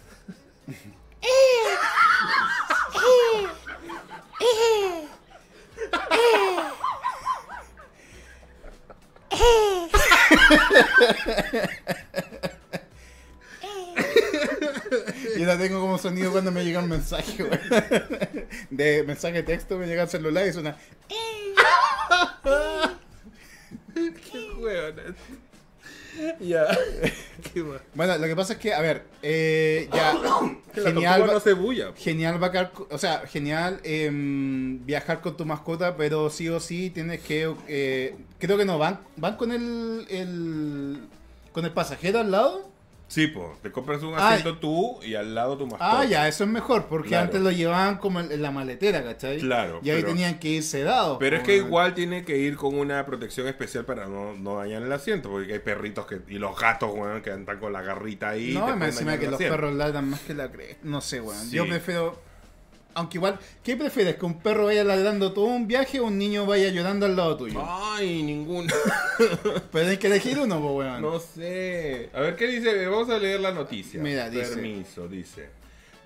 Speaker 1: Yo la tengo como sonido cuando me llega un mensaje, weón. De mensaje de texto me llega al celular y suena.
Speaker 2: Qué huevones. Ya. Qué mal.
Speaker 1: Bueno, lo que pasa es que, a ver, eh, ya.
Speaker 2: Que la
Speaker 1: genial,
Speaker 2: tortuga
Speaker 1: va-
Speaker 2: no se bulla. po.
Speaker 1: Genial vacar, o sea, genial em, viajar con tu mascota, pero sí o sí tienes que eh, creo que no van van con el, el con el pasajero al lado.
Speaker 2: Sí, po. Te compras un
Speaker 1: Ah.
Speaker 2: asiento tú y al lado tu mascota.
Speaker 1: Ah, ya, eso es mejor, porque
Speaker 2: Claro.
Speaker 1: antes lo llevaban como en en la maletera, ¿cachai?
Speaker 2: Claro,
Speaker 1: Y ahí
Speaker 2: pero-
Speaker 1: tenían que ir sedados.
Speaker 2: Pero es
Speaker 1: po,
Speaker 2: que
Speaker 1: weón.
Speaker 2: igual tiene que ir con una protección especial para no, no dañar el asiento, porque hay perritos que, y los gatos, weón, que andan con la garrita ahí. te
Speaker 1: No,
Speaker 2: pueden
Speaker 1: me encima
Speaker 2: dañar
Speaker 1: que
Speaker 2: el
Speaker 1: los
Speaker 2: asiento.
Speaker 1: perros ladran más que la cresta. No sé, weón.
Speaker 2: Sí.
Speaker 1: Yo prefiero. Aunque igual, ¿qué prefieres? ¿Que un perro vaya ladrando todo un viaje o un niño vaya llorando al lado tuyo?
Speaker 2: Ay, ninguno.
Speaker 1: Pero hay que elegir uno, po, weón.
Speaker 2: No sé. A ver qué dice. Vamos a leer la noticia.
Speaker 1: Mira, dice.
Speaker 2: Permiso, dice.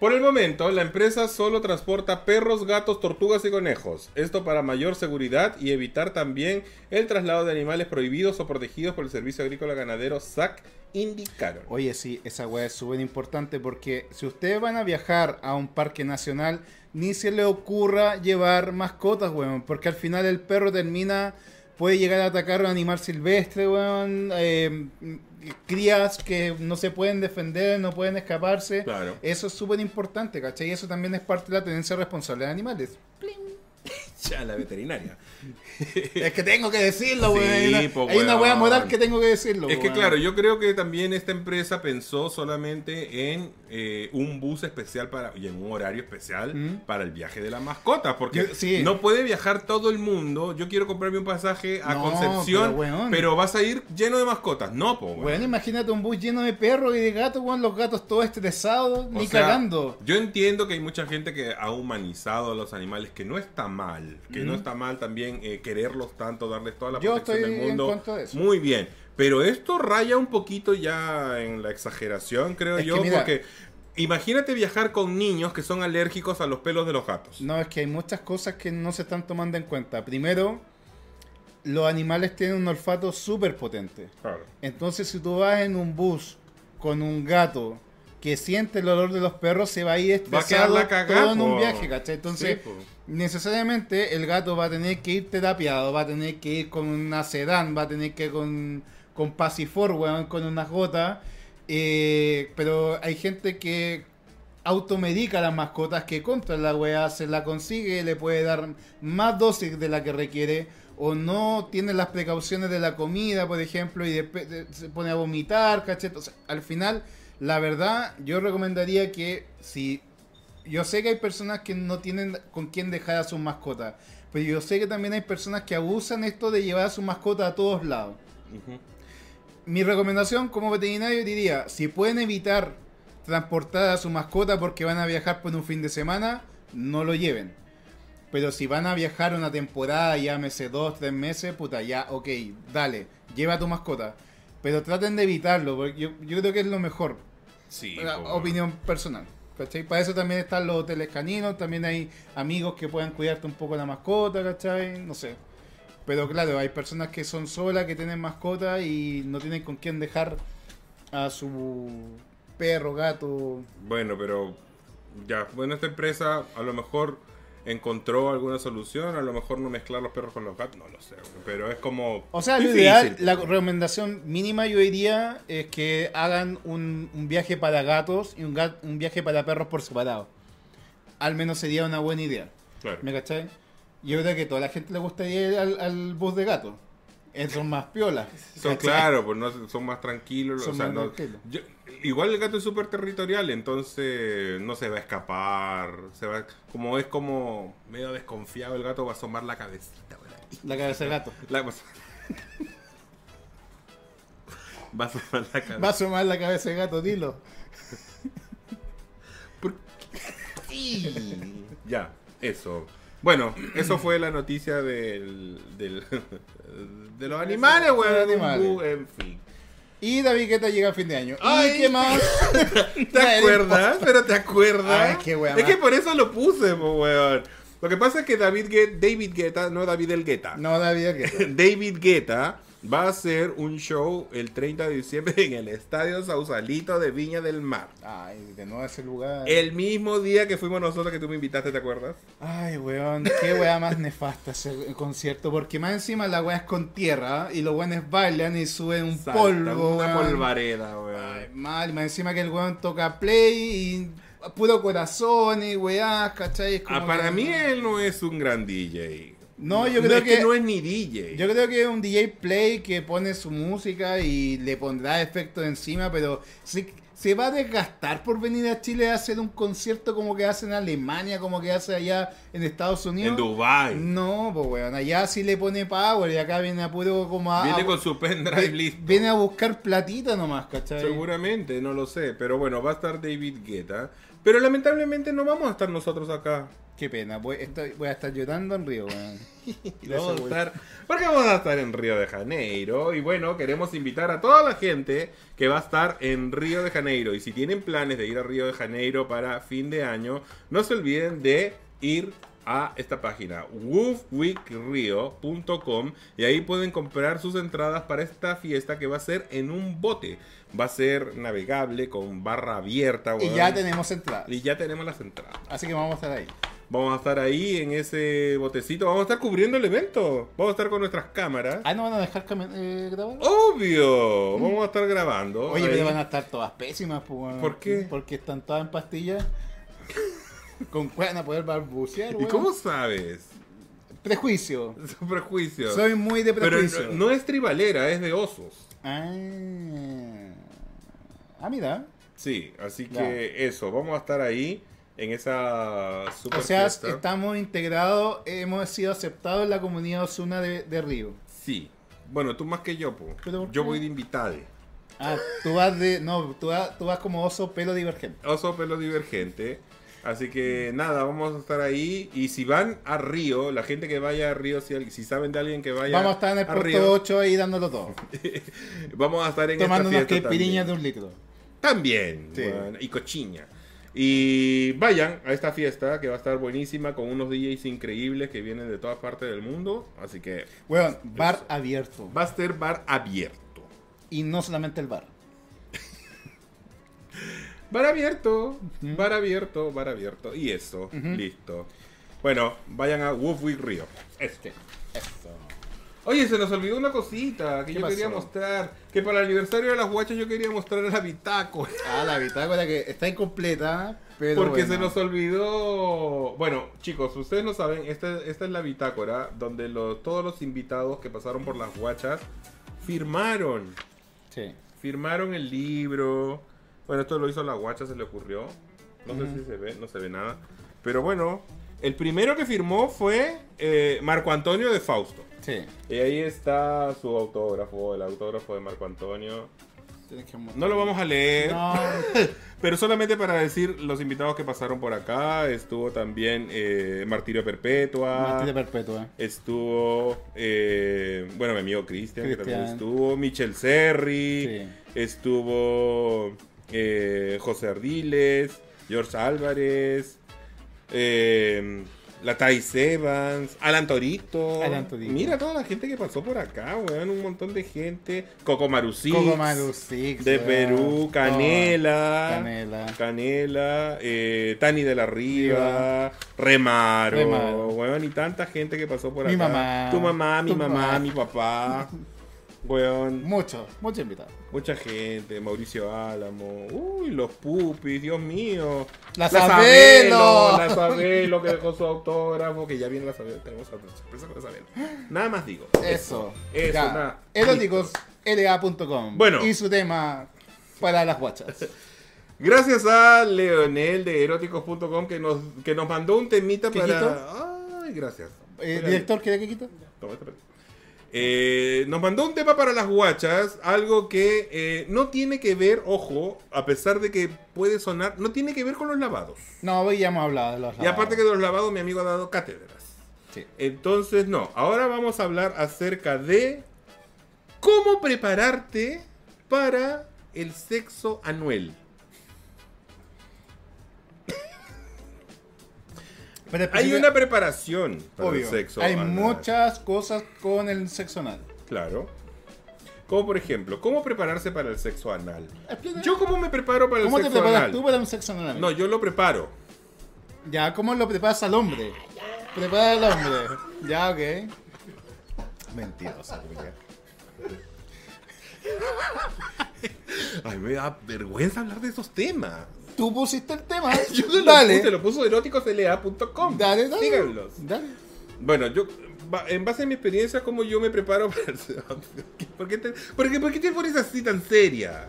Speaker 2: Por el momento, la empresa solo transporta perros, gatos, tortugas y conejos. Esto para mayor seguridad y evitar también el traslado de animales prohibidos o protegidos por el Servicio Agrícola Ganadero SAC, indicaron.
Speaker 1: Oye, sí, esa weá es súper importante porque si ustedes van a viajar a un parque nacional, ni se le ocurra llevar mascotas, weón, porque al final el perro termina, puede llegar a atacar a un animal silvestre, weón, eh, crías que no se pueden defender, no pueden escaparse.
Speaker 2: Claro.
Speaker 1: Eso es súper importante, ¿cachai? Y eso también es parte de la tenencia responsable de animales. eh,
Speaker 2: Ya, la veterinaria.
Speaker 1: es que tengo que decirlo,
Speaker 2: Sí,
Speaker 1: weón. hay
Speaker 2: po,
Speaker 1: una, hay una weá
Speaker 2: weón.
Speaker 1: moral que tengo que decirlo,
Speaker 2: Es que
Speaker 1: weón.
Speaker 2: claro, yo creo que también esta empresa pensó solamente en eh, un bus especial para y en un horario especial
Speaker 1: Mm.
Speaker 2: para el viaje de la mascota, porque
Speaker 1: Yo- sí.
Speaker 2: no puede viajar todo el mundo. Yo quiero comprarme un pasaje a
Speaker 1: No,
Speaker 2: Concepción,
Speaker 1: pero,
Speaker 2: pero,
Speaker 1: weón.
Speaker 2: vas a ir lleno de mascotas. No, po. weón.
Speaker 1: Bueno, imagínate un bus lleno de perros y de gatos, weón, los gatos todos estresados,
Speaker 2: O
Speaker 1: ni
Speaker 2: sea,
Speaker 1: cagando.
Speaker 2: Yo entiendo que hay mucha gente que ha humanizado a los animales, que no está mal, que no
Speaker 1: Ujú.
Speaker 2: está mal también eh, quererlos tanto, darles toda la
Speaker 1: Yo
Speaker 2: protección
Speaker 1: estoy
Speaker 2: del
Speaker 1: en
Speaker 2: mundo.
Speaker 1: contra de eso.
Speaker 2: Muy bien, pero esto raya un poquito ya en la exageración, creo
Speaker 1: Es que
Speaker 2: yo,
Speaker 1: mira-
Speaker 2: porque imagínate viajar con niños que son alérgicos a los pelos de los gatos.
Speaker 1: No, es que hay muchas cosas que no se están tomando en cuenta. Primero, los animales tienen un olfato súper potente.
Speaker 2: Claro.
Speaker 1: Entonces, si tú vas en un bus con un gato que siente el olor de los perros, se va a ir
Speaker 2: Va a quedar
Speaker 1: estresado
Speaker 2: la cagada.
Speaker 1: todo en un
Speaker 2: po.
Speaker 1: viaje, ¿cachai? Entonces,
Speaker 2: Sí, po.
Speaker 1: necesariamente el gato va a tener que ir terapiado, va a tener que ir con una sedán, va a tener que ir con, con pasifor, weón, con unas gotas. Eh, pero hay gente que automedica a las mascotas que compra la weá, se la consigue, le puede dar más dosis de la que requiere, o no tiene las precauciones de la comida, por ejemplo, y después de- se pone a vomitar, cachete. O sea, al final, la verdad, yo recomendaría que si. Yo sé que hay personas que no tienen con quién dejar a sus mascotas, pero yo sé que también hay personas que abusan esto de llevar a su mascota a todos lados.
Speaker 2: Ujú.
Speaker 1: Mi recomendación como veterinario diría, si pueden evitar transportar a su mascota porque van a viajar por un fin de semana, no lo lleven. Pero si van a viajar una temporada, llámese dos, tres meses, puta, ya, ok, dale, lleva a tu mascota. Pero traten de evitarlo, porque yo, yo creo que es lo mejor,
Speaker 2: Sí.
Speaker 1: la
Speaker 2: po,
Speaker 1: opinión personal. ¿Cachai? Para eso también están los hoteles caninos, también hay amigos que puedan cuidarte un poco la mascota, ¿cachai? No sé. Pero claro, hay personas que son solas, que tienen mascota y no tienen con quién dejar a su perro, gato.
Speaker 2: Bueno, pero ya, bueno, esta empresa a lo mejor encontró alguna solución, a lo mejor no mezclar los perros con los gatos, no lo sé, güey, pero es como...
Speaker 1: O sea, lo
Speaker 2: difícil.
Speaker 1: ideal, la recomendación mínima yo diría es que hagan un, un viaje para gatos y un, ga- un viaje para perros por separado. Al menos sería una buena idea.
Speaker 2: Claro.
Speaker 1: ¿Me cachai? Yo creo que a toda la gente le gustaría ir al, al bus de gato. Eh, Son más piolas.
Speaker 2: Son,
Speaker 1: ¿cachai?
Speaker 2: claro, pues no, son más tranquilos.
Speaker 1: Son
Speaker 2: o sea,
Speaker 1: más
Speaker 2: no-
Speaker 1: tranquilos.
Speaker 2: yo- igual el gato es súper territorial, entonces no se va a escapar. Se va, como es como medio desconfiado, el gato va a asomar la cabecita. güey.
Speaker 1: La cabeza de gato.
Speaker 2: La- va, a asomar- Va a asomar la cabecita.
Speaker 1: Va a sumar la cabeza de gato, dilo.
Speaker 2: Ya, eso. Bueno, eso fue la noticia del, del- de los animales, güey.
Speaker 1: De los animales.
Speaker 2: En fin.
Speaker 1: Y David Guetta llega a fin de año.
Speaker 2: Ay.
Speaker 1: ¿Y qué más?
Speaker 2: ¿Te acuerdas? Pero te
Speaker 1: Ay,
Speaker 2: acuerdas.
Speaker 1: qué wea
Speaker 2: es
Speaker 1: más.
Speaker 2: que por eso lo puse, po, weón. Lo que pasa es que David, Guet- David Guetta, no David el Guetta.
Speaker 1: No, David Guetta.
Speaker 2: David Guetta va a hacer un show el 30 de diciembre en el Estadio Sausalito de Viña del Mar.
Speaker 1: Ay, de nuevo ese lugar.
Speaker 2: El mismo día que fuimos nosotros que tú me invitaste, ¿te acuerdas?
Speaker 1: Ay, weón, qué weá más nefasta ese concierto. Porque más encima la weá es con tierra ¿ah? y los weones bailan y suben un
Speaker 2: Salta,
Speaker 1: polvo.
Speaker 2: Una
Speaker 1: weón.
Speaker 2: polvareda, weón.
Speaker 1: Ay, mal, más encima que el weón toca play y puro corazón y weá, ¿cachai? Es como
Speaker 2: Ah, para
Speaker 1: que-
Speaker 2: mí él no es un gran DJ.
Speaker 1: No, yo creo
Speaker 2: es que,
Speaker 1: que-
Speaker 2: no es ni DJ.
Speaker 1: Yo creo que es un DJ Play que pone su música y le pondrá efectos encima, pero se, se va a desgastar por venir a Chile a hacer un concierto como que hace en Alemania, como que hace allá en Estados Unidos.
Speaker 2: en Dubai.
Speaker 1: No, pues weón, allá sí le pone power y acá viene a puro como a...
Speaker 2: Viene
Speaker 1: a-
Speaker 2: con su
Speaker 1: vi-
Speaker 2: pendrive listo.
Speaker 1: viene a buscar platita nomás, ¿cachai?
Speaker 2: Seguramente, no lo sé. Pero bueno, va a estar David Guetta. Pero lamentablemente no vamos a estar nosotros acá.
Speaker 1: Qué pena, voy, estoy- voy a estar llorando en Río, weón. De
Speaker 2: Vamos a
Speaker 1: esa
Speaker 2: estar, porque vamos a estar en Río de Janeiro. Y bueno, queremos invitar a toda la gente que va a estar en Río de Janeiro. Y si tienen planes de ir a Río de Janeiro para fin de año, no se olviden de ir a esta página woofweekrio.com y ahí pueden comprar sus entradas para esta fiesta que va a ser en un bote va a ser navegable con barra abierta
Speaker 1: Y
Speaker 2: weón.
Speaker 1: ya tenemos entrada.
Speaker 2: y ya tenemos las entradas
Speaker 1: Así que vamos a estar ahí.
Speaker 2: Vamos a estar ahí en ese botecito. Vamos a estar cubriendo el evento. Vamos a estar con nuestras cámaras.
Speaker 1: Ah, ¿no van a dejar cami- eh, grabar?
Speaker 2: ¡Obvio! Vamos a estar grabando.
Speaker 1: Oye,
Speaker 2: Ahí.
Speaker 1: pero van a estar todas pésimas, pues, weón.
Speaker 2: ¿Por qué?
Speaker 1: Porque están todas en pastillas. Con cuál van a poder barbucear,
Speaker 2: ¿Y
Speaker 1: weón.
Speaker 2: cómo sabes?
Speaker 1: Prejuicio.
Speaker 2: Son prejuicios.
Speaker 1: Soy muy de
Speaker 2: Pero
Speaker 1: prejuicio.
Speaker 2: no, no es tribalera, es de osos.
Speaker 1: Ah. Ah, mira.
Speaker 2: Sí, así que
Speaker 1: Ya.
Speaker 2: eso. Vamos a estar ahí en esa super
Speaker 1: O sea,
Speaker 2: fiesta.
Speaker 1: estamos integrados, hemos sido aceptados en la comunidad Osuna de, de Río.
Speaker 2: Sí. Bueno, tú más que yo, po.
Speaker 1: ¿Pero por
Speaker 2: Yo
Speaker 1: qué?
Speaker 2: voy de invitade.
Speaker 1: Ah, tú vas de. No, tú vas, tú vas como oso pelo divergente.
Speaker 2: Oso pelo divergente. Así que nada, vamos a estar ahí. Y si van a Río, la gente que vaya a Río, si, al- si saben de alguien que vaya
Speaker 1: Vamos a estar en el
Speaker 2: a
Speaker 1: puesto
Speaker 2: Río,
Speaker 1: 8 ahí dándolo todo.
Speaker 2: vamos a estar en
Speaker 1: tomando unas
Speaker 2: esta fiesta
Speaker 1: caipiriñas
Speaker 2: también.
Speaker 1: de un litro.
Speaker 2: También,
Speaker 1: Sí.
Speaker 2: weón, y cochiña. Y vayan a esta fiesta que va a estar buenísima con unos DJs increíbles que vienen de todas partes del mundo. Así que
Speaker 1: Weón, bar abierto.
Speaker 2: va a ser bar abierto.
Speaker 1: Y no solamente el bar.
Speaker 2: Bar abierto, bar abierto, bar abierto. Y eso, listo. Bueno, vayan a Wolf Week Río. Este.
Speaker 1: Eso.
Speaker 2: Oye, se nos olvidó una cosita que
Speaker 1: ¿Qué
Speaker 2: yo quería
Speaker 1: pasó?
Speaker 2: mostrar. Que para el aniversario de las guachas yo quería mostrar a la bitácora.
Speaker 1: Ah, la bitácora que está incompleta, pero.
Speaker 2: Porque se
Speaker 1: bueno.
Speaker 2: nos olvidó. Bueno, chicos, ustedes no saben, esta, esta es la bitácora donde lo- todos los invitados que pasaron por las guachas firmaron.
Speaker 1: Sí.
Speaker 2: Firmaron el libro. Bueno, esto lo hizo la guacha, se le ocurrió. No sé
Speaker 1: Ujú.
Speaker 2: si se ve, no se ve nada. Pero bueno, el primero que firmó fue eh, Marco Antonio de Fausto.
Speaker 1: Sí.
Speaker 2: Y ahí está su autógrafo, el autógrafo de Marco Antonio.
Speaker 1: Tienes que
Speaker 2: No lo vamos a leer.
Speaker 1: No,
Speaker 2: Pero solamente para decir los invitados que pasaron por acá, estuvo también eh, Martirio Perpetua.
Speaker 1: Martilla perpetua.
Speaker 2: Estuvo, eh, bueno, mi amigo Cristian, que también
Speaker 1: Cristian.
Speaker 2: estuvo, Michel Serri,
Speaker 1: Sí.
Speaker 2: estuvo eh, José Ardiles, George Álvarez, eh, la Thais Evans, Alan Torito.
Speaker 1: Alan Torito.
Speaker 2: Mira toda la gente que pasó por acá, weón, un montón de gente. Coco Marusí,
Speaker 1: Coco Maru Six,
Speaker 2: de
Speaker 1: weón.
Speaker 2: Perú,
Speaker 1: Oh,
Speaker 2: Canela.
Speaker 1: Canela.
Speaker 2: Canela, eh, Tani de la Riva, Remaro,
Speaker 1: Remaro.
Speaker 2: weón, y tanta gente que pasó por
Speaker 1: Mi
Speaker 2: acá.
Speaker 1: mamá.
Speaker 2: Tu mamá, mi
Speaker 1: Tu
Speaker 2: mamá,
Speaker 1: papá.
Speaker 2: mi papá. Weón,
Speaker 1: Muchos, muchos invitados.
Speaker 2: mucha gente, Mauricio Álamo, uy, los pupis, Dios mío.
Speaker 1: La
Speaker 2: Sabelo,
Speaker 1: Sabelo.
Speaker 2: La Sabelo que dejó su autógrafo, que ya viene la Sabelo, tenemos sorpresa con la Sabelo. Nada más digo.
Speaker 1: Eso.
Speaker 2: Eso,
Speaker 1: Ya.
Speaker 2: nada.
Speaker 1: Eróticos, LA.com.
Speaker 2: Bueno.
Speaker 1: Y su tema para las guachas.
Speaker 2: Gracias a Leonel de eróticos.com que nos, que nos mandó un temita para. Ay, gracias.
Speaker 1: Eh,
Speaker 2: Espérate.
Speaker 1: director, ¿quiere que quito?
Speaker 2: Toma, espérate. Eh, nos mandó un tema para las guachas, algo que eh, no tiene que ver, ojo, a pesar de que puede sonar, no tiene que ver con los lavados.
Speaker 1: No, hoy ya hemos hablado de los
Speaker 2: Y aparte que
Speaker 1: lavados.
Speaker 2: de los lavados mi amigo ha dado cátedras.
Speaker 1: Ah. Sí.
Speaker 2: Entonces, no, ahora vamos a hablar acerca de cómo prepararte para el sexo anual.
Speaker 1: Pero en
Speaker 2: Hay
Speaker 1: principio,
Speaker 2: una preparación para el
Speaker 1: obvio,
Speaker 2: sexo
Speaker 1: Hay
Speaker 2: anal.
Speaker 1: muchas cosas con el sexo anal.
Speaker 2: Claro. Como por ejemplo, ¿cómo prepararse para el sexo anal?
Speaker 1: Explícame.
Speaker 2: ¿Yo cómo me preparo para el
Speaker 1: ¿Cómo te
Speaker 2: sexo
Speaker 1: preparas
Speaker 2: anal?
Speaker 1: tú para un sexo anal?
Speaker 2: No, yo lo preparo.
Speaker 1: Ya, ¿cómo lo preparas al hombre? Prepara al hombre. Ya, ok. Mentirosa, culiao.
Speaker 2: Ay, me da vergüenza hablar de esos temas.
Speaker 1: Tú pusiste el tema.
Speaker 2: Yo se lo
Speaker 1: dale.
Speaker 2: puse, lo puso eróticosla.com.
Speaker 1: Dale, dale.
Speaker 2: Síganlos.
Speaker 1: Dale.
Speaker 2: Bueno, yo ba- en base a mi experiencia cómo yo me preparo para el ¿Por qué te, por qué- por qué te pones así tan seria?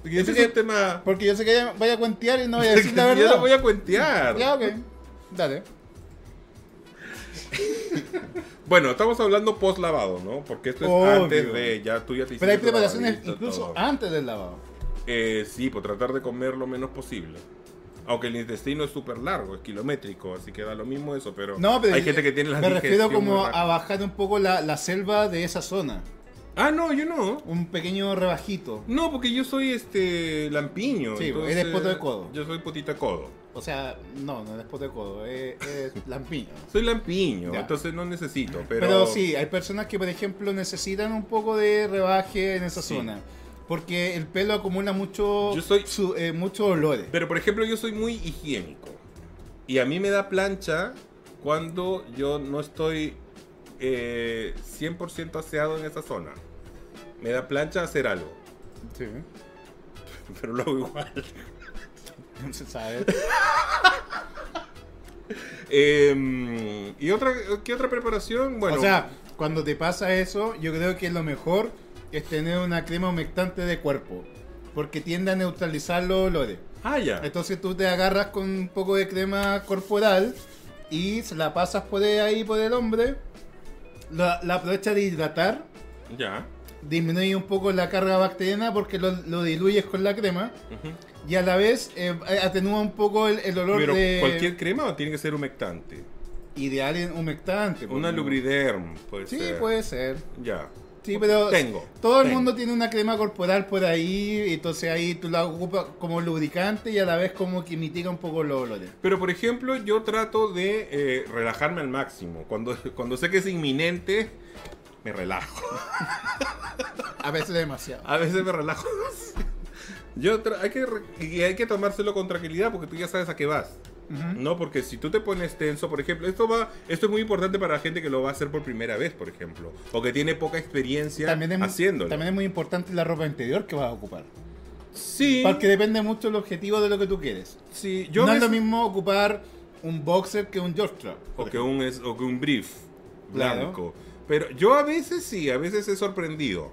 Speaker 2: Porque ese
Speaker 1: Porque-
Speaker 2: es un tema
Speaker 1: Porque yo sé que ella vaya a cuentear y no voy a
Speaker 2: que
Speaker 1: decir la verdad.
Speaker 2: yo lo voy a cuentear.
Speaker 1: Ya, ok. Dale.
Speaker 2: Bueno, estamos hablando post lavado, ¿no? Porque esto es
Speaker 1: Obvio.
Speaker 2: antes de ya tú ya te
Speaker 1: Pero hay
Speaker 2: hiciste tu
Speaker 1: preparaciones
Speaker 2: lavadito,
Speaker 1: incluso
Speaker 2: todo.
Speaker 1: antes del lavado.
Speaker 2: Eh, sí, por tratar de comer lo menos posible. Aunque el intestino es súper largo, es kilométrico, así que da lo mismo eso, pero,
Speaker 1: No, pero
Speaker 2: hay gente que tiene la
Speaker 1: Me refiero
Speaker 2: digestión
Speaker 1: como
Speaker 2: muy rápida.
Speaker 1: a bajar un poco la, la selva de esa zona.
Speaker 2: Ah, no, yo no.
Speaker 1: Un pequeño rebajito.
Speaker 2: No, porque yo soy este lampiño.
Speaker 1: Sí, eres poto de codo.
Speaker 2: Yo soy potita codo.
Speaker 1: O sea, no, no es pote de codo, es, es lampiño.
Speaker 2: Soy lampiño,
Speaker 1: Ya.
Speaker 2: entonces no necesito, pero...
Speaker 1: Pero... sí, hay personas que, por ejemplo, necesitan un poco de rebaje en esa
Speaker 2: Sí.
Speaker 1: zona. Porque el pelo acumula mucho,
Speaker 2: Yo soy-
Speaker 1: su- eh, muchos olores.
Speaker 2: Pero por ejemplo, yo soy muy higiénico. Y a mí me da plancha cuando yo no estoy eh, 100% aseado en esa zona. Me da plancha hacer algo,
Speaker 1: Sí.
Speaker 2: pero lo hago igual.
Speaker 1: No se sabe.
Speaker 2: Eh, ¿Y otra, qué otra preparación? Bueno,
Speaker 1: O sea, cuando te pasa eso, yo creo que lo mejor es tener una crema humectante de cuerpo. Porque tiende a neutralizar los olores.
Speaker 2: ah, ya.
Speaker 1: Entonces tú te agarras con un poco de crema corporal y se la pasas por ahí por el hombre. La, la aprovecha de hidratar.
Speaker 2: Ya.
Speaker 1: Disminuye un poco la carga bacteriana porque lo, lo diluyes con la crema.
Speaker 2: Ujú.
Speaker 1: Y a la vez eh, atenúa un poco el, el olor
Speaker 2: Pero
Speaker 1: de...
Speaker 2: cualquier crema o tiene que ser humectante.
Speaker 1: Ideal en humectante.
Speaker 2: Una
Speaker 1: porque-
Speaker 2: lubriderm, puede
Speaker 1: Sí,
Speaker 2: ser.
Speaker 1: puede ser.
Speaker 2: Ya.
Speaker 1: Sí, pero
Speaker 2: Tengo.
Speaker 1: todo el
Speaker 2: tengo.
Speaker 1: mundo tiene una crema corporal por ahí, entonces ahí tú la ocupas como lubricante y a la vez como que mitiga un poco los olores.
Speaker 2: Pero por ejemplo, yo trato de eh, relajarme al máximo. Cuando, cuando sé que es inminente, me relajo.
Speaker 1: A veces demasiado.
Speaker 2: A veces me relajo. Yo tra- hay que re- y hay que tomárselo con tranquilidad porque tú ya sabes a qué vas. No, porque si tú te pones tenso, por ejemplo, esto va, esto es muy importante para la gente que lo va a hacer por primera vez, por ejemplo, o que tiene poca experiencia
Speaker 1: También es,
Speaker 2: haciéndolo.
Speaker 1: también es muy importante la ropa interior que vas a ocupar.
Speaker 2: Sí,
Speaker 1: Porque depende mucho el objetivo de lo que tú quieres.
Speaker 2: sí, yo
Speaker 1: no
Speaker 2: me-
Speaker 1: es lo mismo ocupar un boxer que un George Trap.
Speaker 2: o que un es- o que un brief
Speaker 1: Claro.
Speaker 2: blanco. Pero yo a veces sí, a veces he sorprendido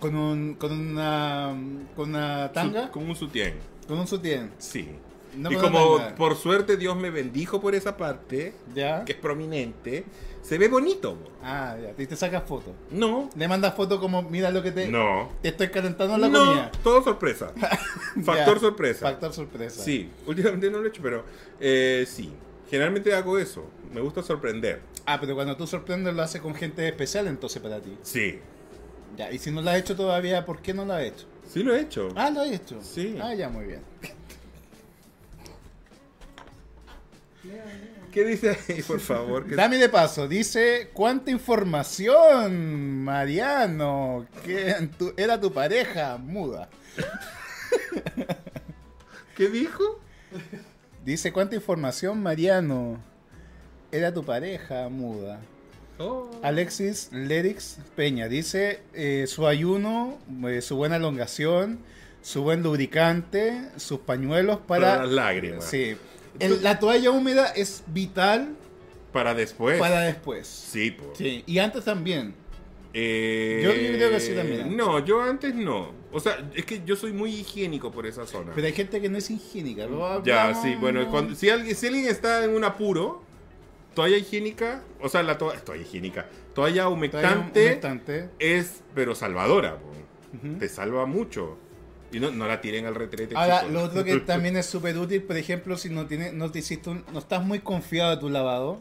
Speaker 1: Con, un, con, una, con una tanga,
Speaker 2: Su- con un sutién.
Speaker 1: con un sutién.
Speaker 2: Sí.
Speaker 1: No
Speaker 2: y
Speaker 1: con una
Speaker 2: como
Speaker 1: tanga.
Speaker 2: por suerte Dios me bendijo por esa parte,
Speaker 1: ¿Ya?
Speaker 2: que es prominente, se ve bonito. bo.
Speaker 1: Ah, ya. Y te sacas fotos.
Speaker 2: No,
Speaker 1: Le mandas fotos como, mira lo que te...
Speaker 2: no,
Speaker 1: Te estoy calentando la
Speaker 2: no,
Speaker 1: comida.
Speaker 2: todo sorpresa. Factor
Speaker 1: Ya.
Speaker 2: sorpresa.
Speaker 1: Factor sorpresa.
Speaker 2: Sí, últimamente no lo he hecho, pero eh, sí. Generalmente hago eso. Me gusta sorprender.
Speaker 1: Ah, pero cuando tú sorprendes lo haces con gente especial entonces para ti.
Speaker 2: Sí.
Speaker 1: Ya, y si no lo has hecho todavía, ¿por qué no lo has hecho?
Speaker 2: Sí lo he hecho.
Speaker 1: Ah, lo has hecho.
Speaker 2: Sí.
Speaker 1: Ah, ya, muy bien.
Speaker 2: ¿Qué dice ahí, por favor? ¿Qué-
Speaker 1: Dame de paso, dice, ¿cuánta información, Mariano? Que en tu- era tu pareja muda.
Speaker 2: ¿Qué dijo?
Speaker 1: Dice, ¿cuánta información, Mariano? Era tu pareja muda.
Speaker 2: Oh.
Speaker 1: Alexis Lerix Peña dice eh, su ayuno, eh, su buena elongación, su buen lubricante, sus pañuelos para,
Speaker 2: Para las lágrimas.
Speaker 1: Sí. El- la toalla húmeda es vital
Speaker 2: Para después.
Speaker 1: para después.
Speaker 2: Sí, por.
Speaker 1: Sí. Y antes también.
Speaker 2: Eh,
Speaker 1: Yo creo que sí también.
Speaker 2: No, yo antes no. O sea, es que yo soy muy higiénico por esa zona.
Speaker 1: Pero hay gente que no es higiénica. ¿no?
Speaker 2: Ya,
Speaker 1: No,
Speaker 2: sí, bueno,
Speaker 1: no.
Speaker 2: cuando- si, alguien, si alguien está en un apuro, toalla higiénica, o sea, la toalla, toalla higiénica, toalla
Speaker 1: Toalla
Speaker 2: humectante,
Speaker 1: humectante.
Speaker 2: es, pero salvadora, po.
Speaker 1: Ujú.
Speaker 2: te salva mucho. Y no, no la tiren al retrete.
Speaker 1: Ahora,
Speaker 2: chicos.
Speaker 1: lo otro que también es súper útil, por ejemplo, si no tiene, no te hiciste un- no estás muy confiado de tu lavado,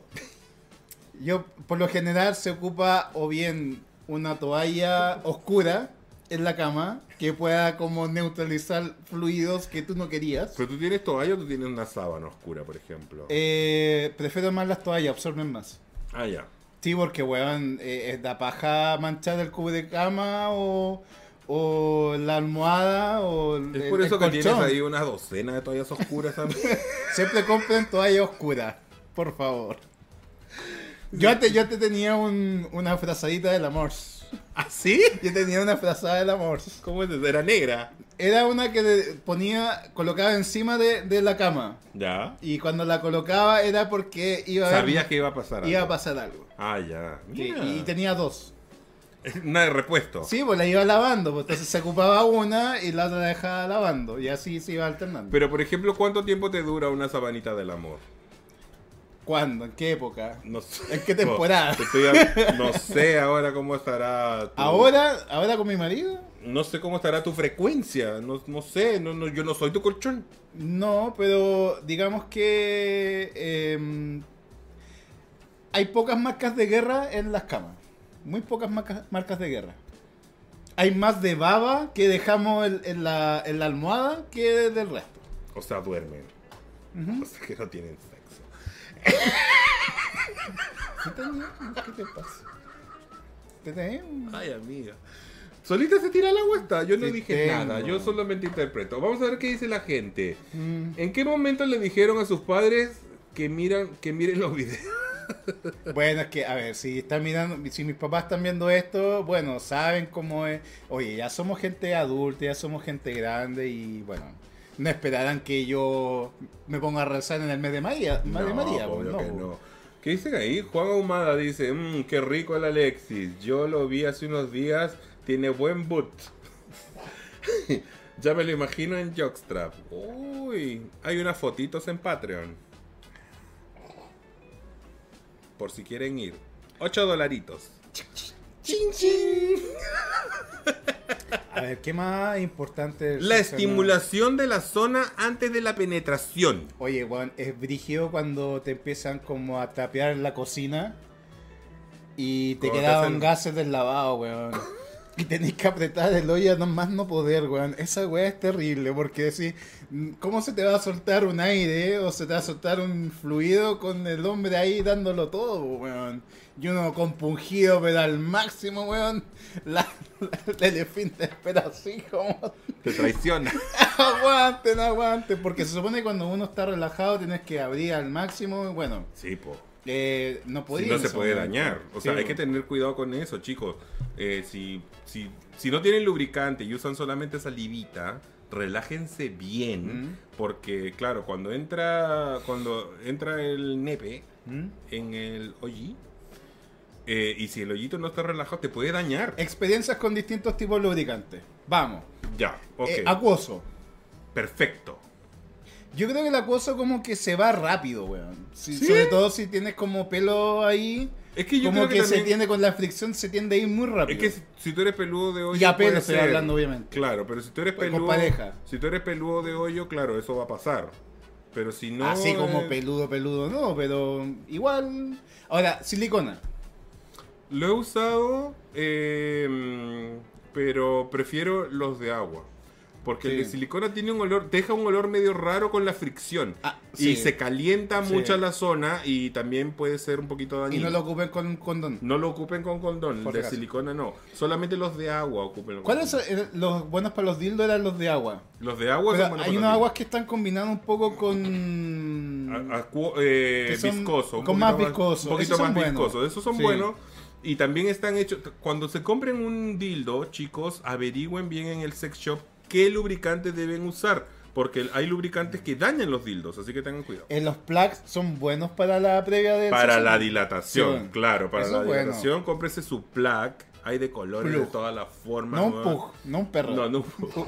Speaker 1: yo por lo general se ocupa o bien una toalla oscura en la cama que pueda como neutralizar fluidos que tú no querías.
Speaker 2: Pero tú tienes toalla o tú tienes una sábana oscura, por ejemplo.
Speaker 1: Eh, prefiero más las toallas, absorben más.
Speaker 2: ah, ya.
Speaker 1: Sí, porque weón, eh, eh, da paja manchar el cubo de cama o, o la almohada o el,
Speaker 2: Es por
Speaker 1: el
Speaker 2: eso que tienes
Speaker 1: colchón.
Speaker 2: ahí una docena de toallas oscuras también.
Speaker 1: Siempre compren toalla oscura, por favor. Yo antes, yo antes tenía un- una frazadita del amor.
Speaker 2: ¿Ah, sí?
Speaker 1: Yo tenía una frazada del amor.
Speaker 2: ¿Cómo es? Era negra.
Speaker 1: Era una que le ponía, colocaba encima de, de la cama.
Speaker 2: Ya.
Speaker 1: Y cuando la colocaba era porque iba a, haber-
Speaker 2: Sabías que iba a pasar
Speaker 1: iba a
Speaker 2: algo.
Speaker 1: pasar algo.
Speaker 2: Ah, ya.
Speaker 1: Sí,
Speaker 2: Mira.
Speaker 1: Y tenía dos.
Speaker 2: Una de repuesto.
Speaker 1: Sí, pues la iba lavando. Pues, entonces se ocupaba una y la otra la dejaba lavando. Y así se iba alternando.
Speaker 2: Pero, por ejemplo, ¿cuánto tiempo te dura una sabanita del amor?
Speaker 1: ¿Cuándo? ¿En qué época?
Speaker 2: No sé.
Speaker 1: ¿En qué temporada?
Speaker 2: Te estoy hab- No, sé ahora cómo estará. tu-
Speaker 1: Ahora, ahora con mi marido.
Speaker 2: No sé cómo estará tu frecuencia. No, no sé. No, no, yo no soy tu colchón.
Speaker 1: No, pero digamos que eh, hay pocas marcas de guerra en las camas. Muy pocas marcas, marcas de guerra. Hay más de baba que dejamos en, en la, en la almohada que del resto.
Speaker 2: O sea, duermen. O sea, que no tienen sexo.
Speaker 1: ¿Qué te- ¿Qué te pasa? ¿Te tenés un-
Speaker 2: Ay, amiga. Solita se tira la huesta. Yo no
Speaker 1: Sí
Speaker 2: dije
Speaker 1: tengo.
Speaker 2: nada. Yo solamente interpreto. Vamos a ver qué dice la gente.
Speaker 1: Mm,
Speaker 2: ¿En qué momento le dijeron a sus padres que, miran, que miren los videos?
Speaker 1: Bueno, es que, a ver, si están mirando, si mis papás están viendo esto, bueno, saben cómo es. Oye, ya somos gente adulta, ya somos gente grande y bueno, no esperarán que yo me ponga a rezar en el mes de María. mes de María, pues,
Speaker 2: obvio
Speaker 1: no,
Speaker 2: que
Speaker 1: pues.
Speaker 2: no. ¿Qué dicen ahí? Juan Ahumada dice, mmm, qué rico el Alexis. Yo lo vi hace unos días, tiene buen boot. ya me lo imagino en Jockstrap. Uy, hay unas fotitos en Patreon. Por si quieren ir. 8 dolaritos. Chin, chin.
Speaker 1: A ver, ¿qué más importante? es
Speaker 2: La
Speaker 1: eso, no?
Speaker 2: estimulación de la zona antes de la penetración.
Speaker 1: Oye, Juan, es brígido cuando te empiezan como a tapear en la cocina y te
Speaker 2: Cuando te
Speaker 1: quedaban
Speaker 2: hacen-
Speaker 1: gases del lavado, weón. Y tenéis que apretar el hoyo a no más no poder, weón. Esa weá es terrible porque decís, ¿cómo se te va a soltar un aire o se te va a soltar un fluido con el hombre ahí dándolo todo, weón? Y uno compungido, pero al máximo, weón. La, la- el elefante espera así como
Speaker 2: Te traiciona.
Speaker 1: aguanten, aguanten, porque se supone que cuando uno está relajado tienes que abrir al máximo, y bueno,
Speaker 2: Sí, po.
Speaker 1: eh, no
Speaker 2: Si
Speaker 1: podía.
Speaker 2: no
Speaker 1: en
Speaker 2: se
Speaker 1: ese
Speaker 2: puede
Speaker 1: momento.
Speaker 2: dañar. O sea,
Speaker 1: Sí,
Speaker 2: hay que tener cuidado con eso, chicos. Eh, si, si, si no tienen lubricante y usan solamente salivita, relájense bien.
Speaker 1: Mm.
Speaker 2: Porque, claro, cuando entra, cuando entra el nepe
Speaker 1: ¿Mm?
Speaker 2: en el hoyi, eh, y si el hoyito no está relajado, te puede dañar.
Speaker 1: Experiencias con distintos tipos de lubricantes. Vamos.
Speaker 2: Ya, ok.
Speaker 1: Eh, acuoso.
Speaker 2: Perfecto.
Speaker 1: Yo creo que el acuoso como que se va rápido, weón. Si-
Speaker 2: ¿Sí?
Speaker 1: Sobre todo si tienes como pelo ahí.
Speaker 2: Es que yo
Speaker 1: como
Speaker 2: creo
Speaker 1: que,
Speaker 2: que,
Speaker 1: se
Speaker 2: también-
Speaker 1: tiende con la fricción, se tiende a ir muy
Speaker 2: Es
Speaker 1: rápido.
Speaker 2: que si, si tú eres peludo de hoyo.
Speaker 1: y a pelo
Speaker 2: puede
Speaker 1: estoy
Speaker 2: ser.
Speaker 1: hablando, obviamente.
Speaker 2: Claro, pero si tú eres
Speaker 1: Pues
Speaker 2: peludo.
Speaker 1: con pareja.
Speaker 2: Si tú eres peludo de hoyo, claro, eso va a pasar. Pero si no.
Speaker 1: Así como
Speaker 2: eh,
Speaker 1: peludo, peludo, no, pero igual. Ahora, silicona.
Speaker 2: Lo he usado, eh, pero prefiero los de agua. Porque el
Speaker 1: Sí.
Speaker 2: de silicona tiene un olor, deja un olor medio raro con la fricción.
Speaker 1: Ah, sí.
Speaker 2: Y se calienta
Speaker 1: Sí.
Speaker 2: mucho la zona y también puede ser un poquito
Speaker 1: Y
Speaker 2: dañino.
Speaker 1: no lo ocupen con un condón.
Speaker 2: No lo ocupen con condón,
Speaker 1: Por
Speaker 2: de
Speaker 1: si acaso.
Speaker 2: silicona no. Solamente los de agua ocupen.
Speaker 1: ¿Cuáles son, eh, los buenos para los dildos eran los de agua?
Speaker 2: Los de agua
Speaker 1: Pero
Speaker 2: son buenos
Speaker 1: hay
Speaker 2: para
Speaker 1: unas
Speaker 2: los
Speaker 1: aguas que están combinadas un poco con.
Speaker 2: A- acu- eh,
Speaker 1: Que son
Speaker 2: viscoso. un
Speaker 1: con
Speaker 2: poquito
Speaker 1: más viscoso,
Speaker 2: Un poquito
Speaker 1: esos
Speaker 2: más
Speaker 1: son buenos.
Speaker 2: viscoso. Esos son
Speaker 1: Sí.
Speaker 2: buenos. Y también están hechos. Cuando se compren un dildo, chicos, averigüen bien en el sex shop qué lubricante deben usar. Porque hay lubricantes que dañan los dildos, así que tengan cuidado.
Speaker 1: Eh, los plugs son buenos para la previa de.
Speaker 2: Para
Speaker 1: sexo?
Speaker 2: la dilatación,
Speaker 1: Sí.
Speaker 2: claro, para
Speaker 1: Eso
Speaker 2: la
Speaker 1: es bueno.
Speaker 2: dilatación, cómprese su plug. Hay de colores de
Speaker 1: Plug.
Speaker 2: todas las formas.
Speaker 1: No un
Speaker 2: nuevas.
Speaker 1: pug, no un perro.
Speaker 2: No, no un plug.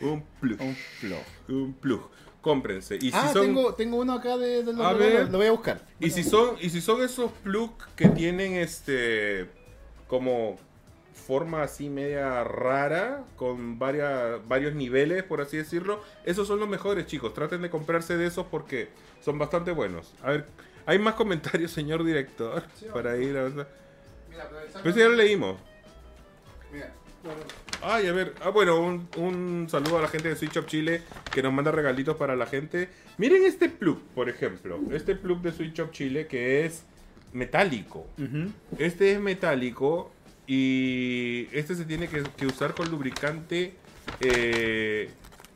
Speaker 2: un plug.
Speaker 1: Un plug.
Speaker 2: Un plug. Cómprense. Y si
Speaker 1: ah,
Speaker 2: son...
Speaker 1: tengo, tengo uno acá de, de los
Speaker 2: A
Speaker 1: regalos,
Speaker 2: ver.
Speaker 1: Lo voy a buscar.
Speaker 2: Y si son, y si son esos plugs que tienen este como forma así media rara, con varias, varios niveles, por así decirlo, esos son los mejores, chicos. Traten de comprarse de esos porque son bastante buenos. A ver, hay más comentarios, señor director, para ir a...
Speaker 1: Mira,
Speaker 2: Pero ese Pues ya lo leímos.
Speaker 1: Mira.
Speaker 2: Ay, a ver. Ah, bueno, un, un saludo a la gente de Switch Shop Chile que nos manda regalitos para la gente. Miren este plug, por ejemplo. Este plug de Switch Shop Chile que es metálico. Este es metálico y este se tiene que, que usar con lubricante. eh,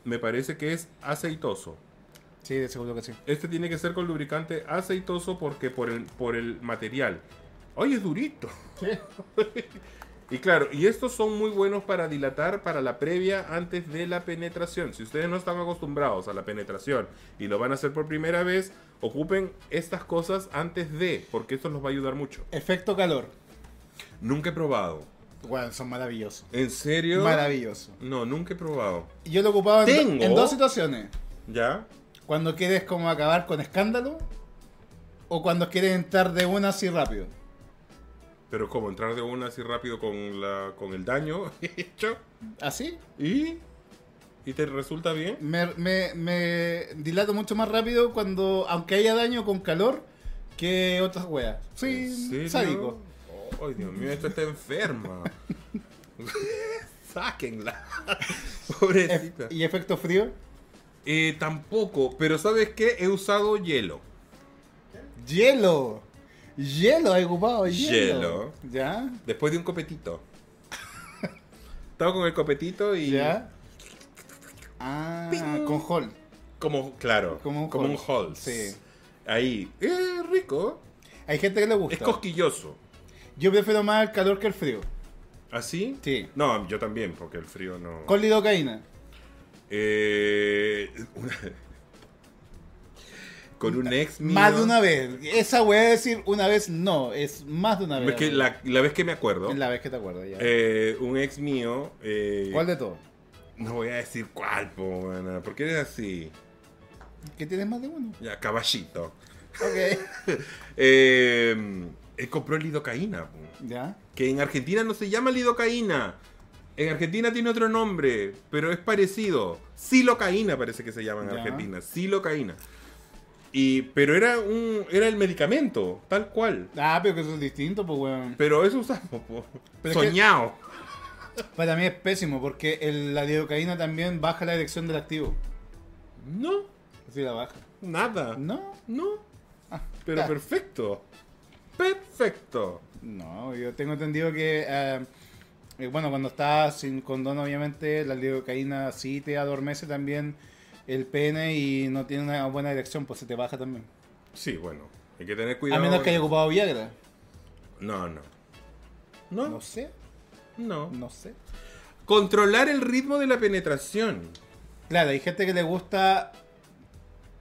Speaker 2: me parece que es aceitoso.
Speaker 1: Sí, de seguro que sí.
Speaker 2: Este tiene que ser con lubricante aceitoso porque por el, por el material. ¡Ay, es durito! y claro, y estos son muy buenos para dilatar para la previa antes de la penetración. Si ustedes no están acostumbrados a la penetración y lo van a hacer por primera vez, ocupen estas cosas antes de, porque esto los va a ayudar mucho.
Speaker 1: Efecto calor.
Speaker 2: Nunca he probado.
Speaker 1: Bueno, son maravillosos.
Speaker 2: ¿En serio?
Speaker 1: Maravilloso.
Speaker 2: No, nunca he probado.
Speaker 1: Yo lo ocupaba en,
Speaker 2: Tengo.
Speaker 1: en dos situaciones.
Speaker 2: ¿Ya?
Speaker 1: Cuando quieres como acabar con escándalo o cuando quieres entrar de una así rápido.
Speaker 2: Pero como entrar de una así rápido con, la, con el daño hecho.
Speaker 1: ¿Así?
Speaker 2: ¿Y? ¿Y te resulta bien?
Speaker 1: Me, me, me dilato mucho más rápido cuando, aunque haya daño con calor, que otras weas.
Speaker 2: ¿En serio? Oh,
Speaker 1: Sí, sádico.
Speaker 2: Ay, Dios mío, esta está enferma. Sáquenla. Pobrecita.
Speaker 1: Ef- ¿Y efecto frío?
Speaker 2: Eh, tampoco, pero ¿sabes qué? He usado hielo.
Speaker 1: ¡Hielo! ¡Hielo! He ocupado hielo.
Speaker 2: Hielo.
Speaker 1: ¿Ya?
Speaker 2: Después de un copetito. Estaba con el copetito y...
Speaker 1: ¿Ya? Ah,
Speaker 2: Ping.
Speaker 1: con hall.
Speaker 2: Como, claro,
Speaker 1: Como un
Speaker 2: un
Speaker 1: Halls.
Speaker 2: Halls.
Speaker 1: Sí.
Speaker 2: Ahí. Eh, rico.
Speaker 1: Hay gente que le
Speaker 2: Es
Speaker 1: gusta.
Speaker 2: cosquilloso.
Speaker 1: Yo prefiero más el calor que el frío.
Speaker 2: ¿Así?
Speaker 1: Sí.
Speaker 2: No, yo también, porque el frío no...
Speaker 1: Con lidocaína.
Speaker 2: Eh, una- Con un ex mío.
Speaker 1: Más de una vez. Esa wea de decir una vez no, es más de una vez.
Speaker 2: Es que la, la vez que me acuerdo,
Speaker 1: Es la vez que te acuerdas ya.
Speaker 2: eh, un ex mío. eh,
Speaker 1: ¿Cuál de todo?
Speaker 2: No voy a decir cuál, po, mana, porque eres así.
Speaker 1: ¿Que tienes más de uno?
Speaker 2: Ya, caballito.
Speaker 1: Ok.
Speaker 2: Eh, él compró lidocaína. po,
Speaker 1: ¿Ya?
Speaker 2: Que en Argentina no se llama lidocaína. En Argentina tiene otro nombre, pero es parecido. Silocaína parece que se llama en
Speaker 1: Ya.
Speaker 2: Argentina. Silocaína. Y, pero era un era el medicamento, tal cual.
Speaker 1: Ah, pero que eso es distinto, pues weón.
Speaker 2: Pero eso usamos, po.
Speaker 1: Pero es que-
Speaker 2: Soñado.
Speaker 1: Para mí es pésimo porque el- la lidocaína también baja la dirección del activo.
Speaker 2: No,
Speaker 1: Sí, la baja.
Speaker 2: nada.
Speaker 1: No,
Speaker 2: No. Pero
Speaker 1: ya.
Speaker 2: perfecto. Perfecto.
Speaker 1: no, yo tengo entendido que, eh, eh, bueno, cuando estás sin condón, obviamente, la lidocaína sí te adormece también el pene y no tiene una buena dirección, pues se te baja también.
Speaker 2: Sí, bueno. Hay que tener cuidado. eh.
Speaker 1: A menos que haya ocupado Viagra.
Speaker 2: No, no.
Speaker 1: No
Speaker 2: No,
Speaker 1: sé,
Speaker 2: no.
Speaker 1: no sé.
Speaker 2: Controlar el ritmo de la penetración.
Speaker 1: Claro, hay gente que le gusta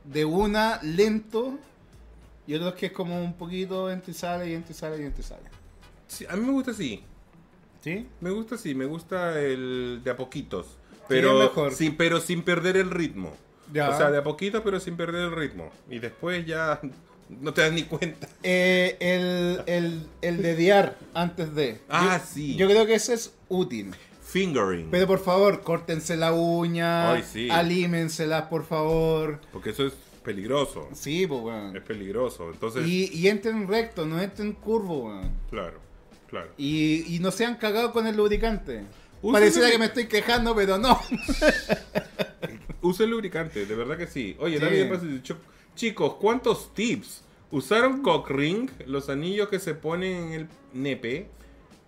Speaker 1: de una lento y otros que es como un poquito entra y sale y entra y sale y entra y sale.
Speaker 2: Sí, a mí me gusta así.
Speaker 1: ¿Sí?
Speaker 2: Me gusta así. Me gusta el de a poquitos.
Speaker 1: es
Speaker 2: Pero,
Speaker 1: mejor.
Speaker 2: sin, pero sin perder el ritmo.
Speaker 1: Ya.
Speaker 2: O sea, de a poquitos, pero sin perder el ritmo. Y después ya no te das ni cuenta.
Speaker 1: Eh, el, el, el dediar antes de.
Speaker 2: Ah,
Speaker 1: Yo-
Speaker 2: sí.
Speaker 1: Yo creo que eso es útil.
Speaker 2: Fingering.
Speaker 1: Pero por favor, córtense la uña,
Speaker 2: Ay, sí.
Speaker 1: alímenselas, por favor.
Speaker 2: Porque eso es peligroso.
Speaker 1: Sí, pues, weón.
Speaker 2: Es peligroso. Entonces,
Speaker 1: Y, y entren recto, no entren curvo, weón.
Speaker 2: claro, claro.
Speaker 1: Y, y no sean cagados con el lubricante.
Speaker 2: Usen
Speaker 1: Pareciera
Speaker 2: lubric-
Speaker 1: que me estoy quejando, pero no.
Speaker 2: Usen lubricante, de verdad que sí. Oye,
Speaker 1: Sí.
Speaker 2: David, Paz dice, chicos, ¿cuántos tips? ¿Usaron cock ring? Los anillos que se ponen en el nepe.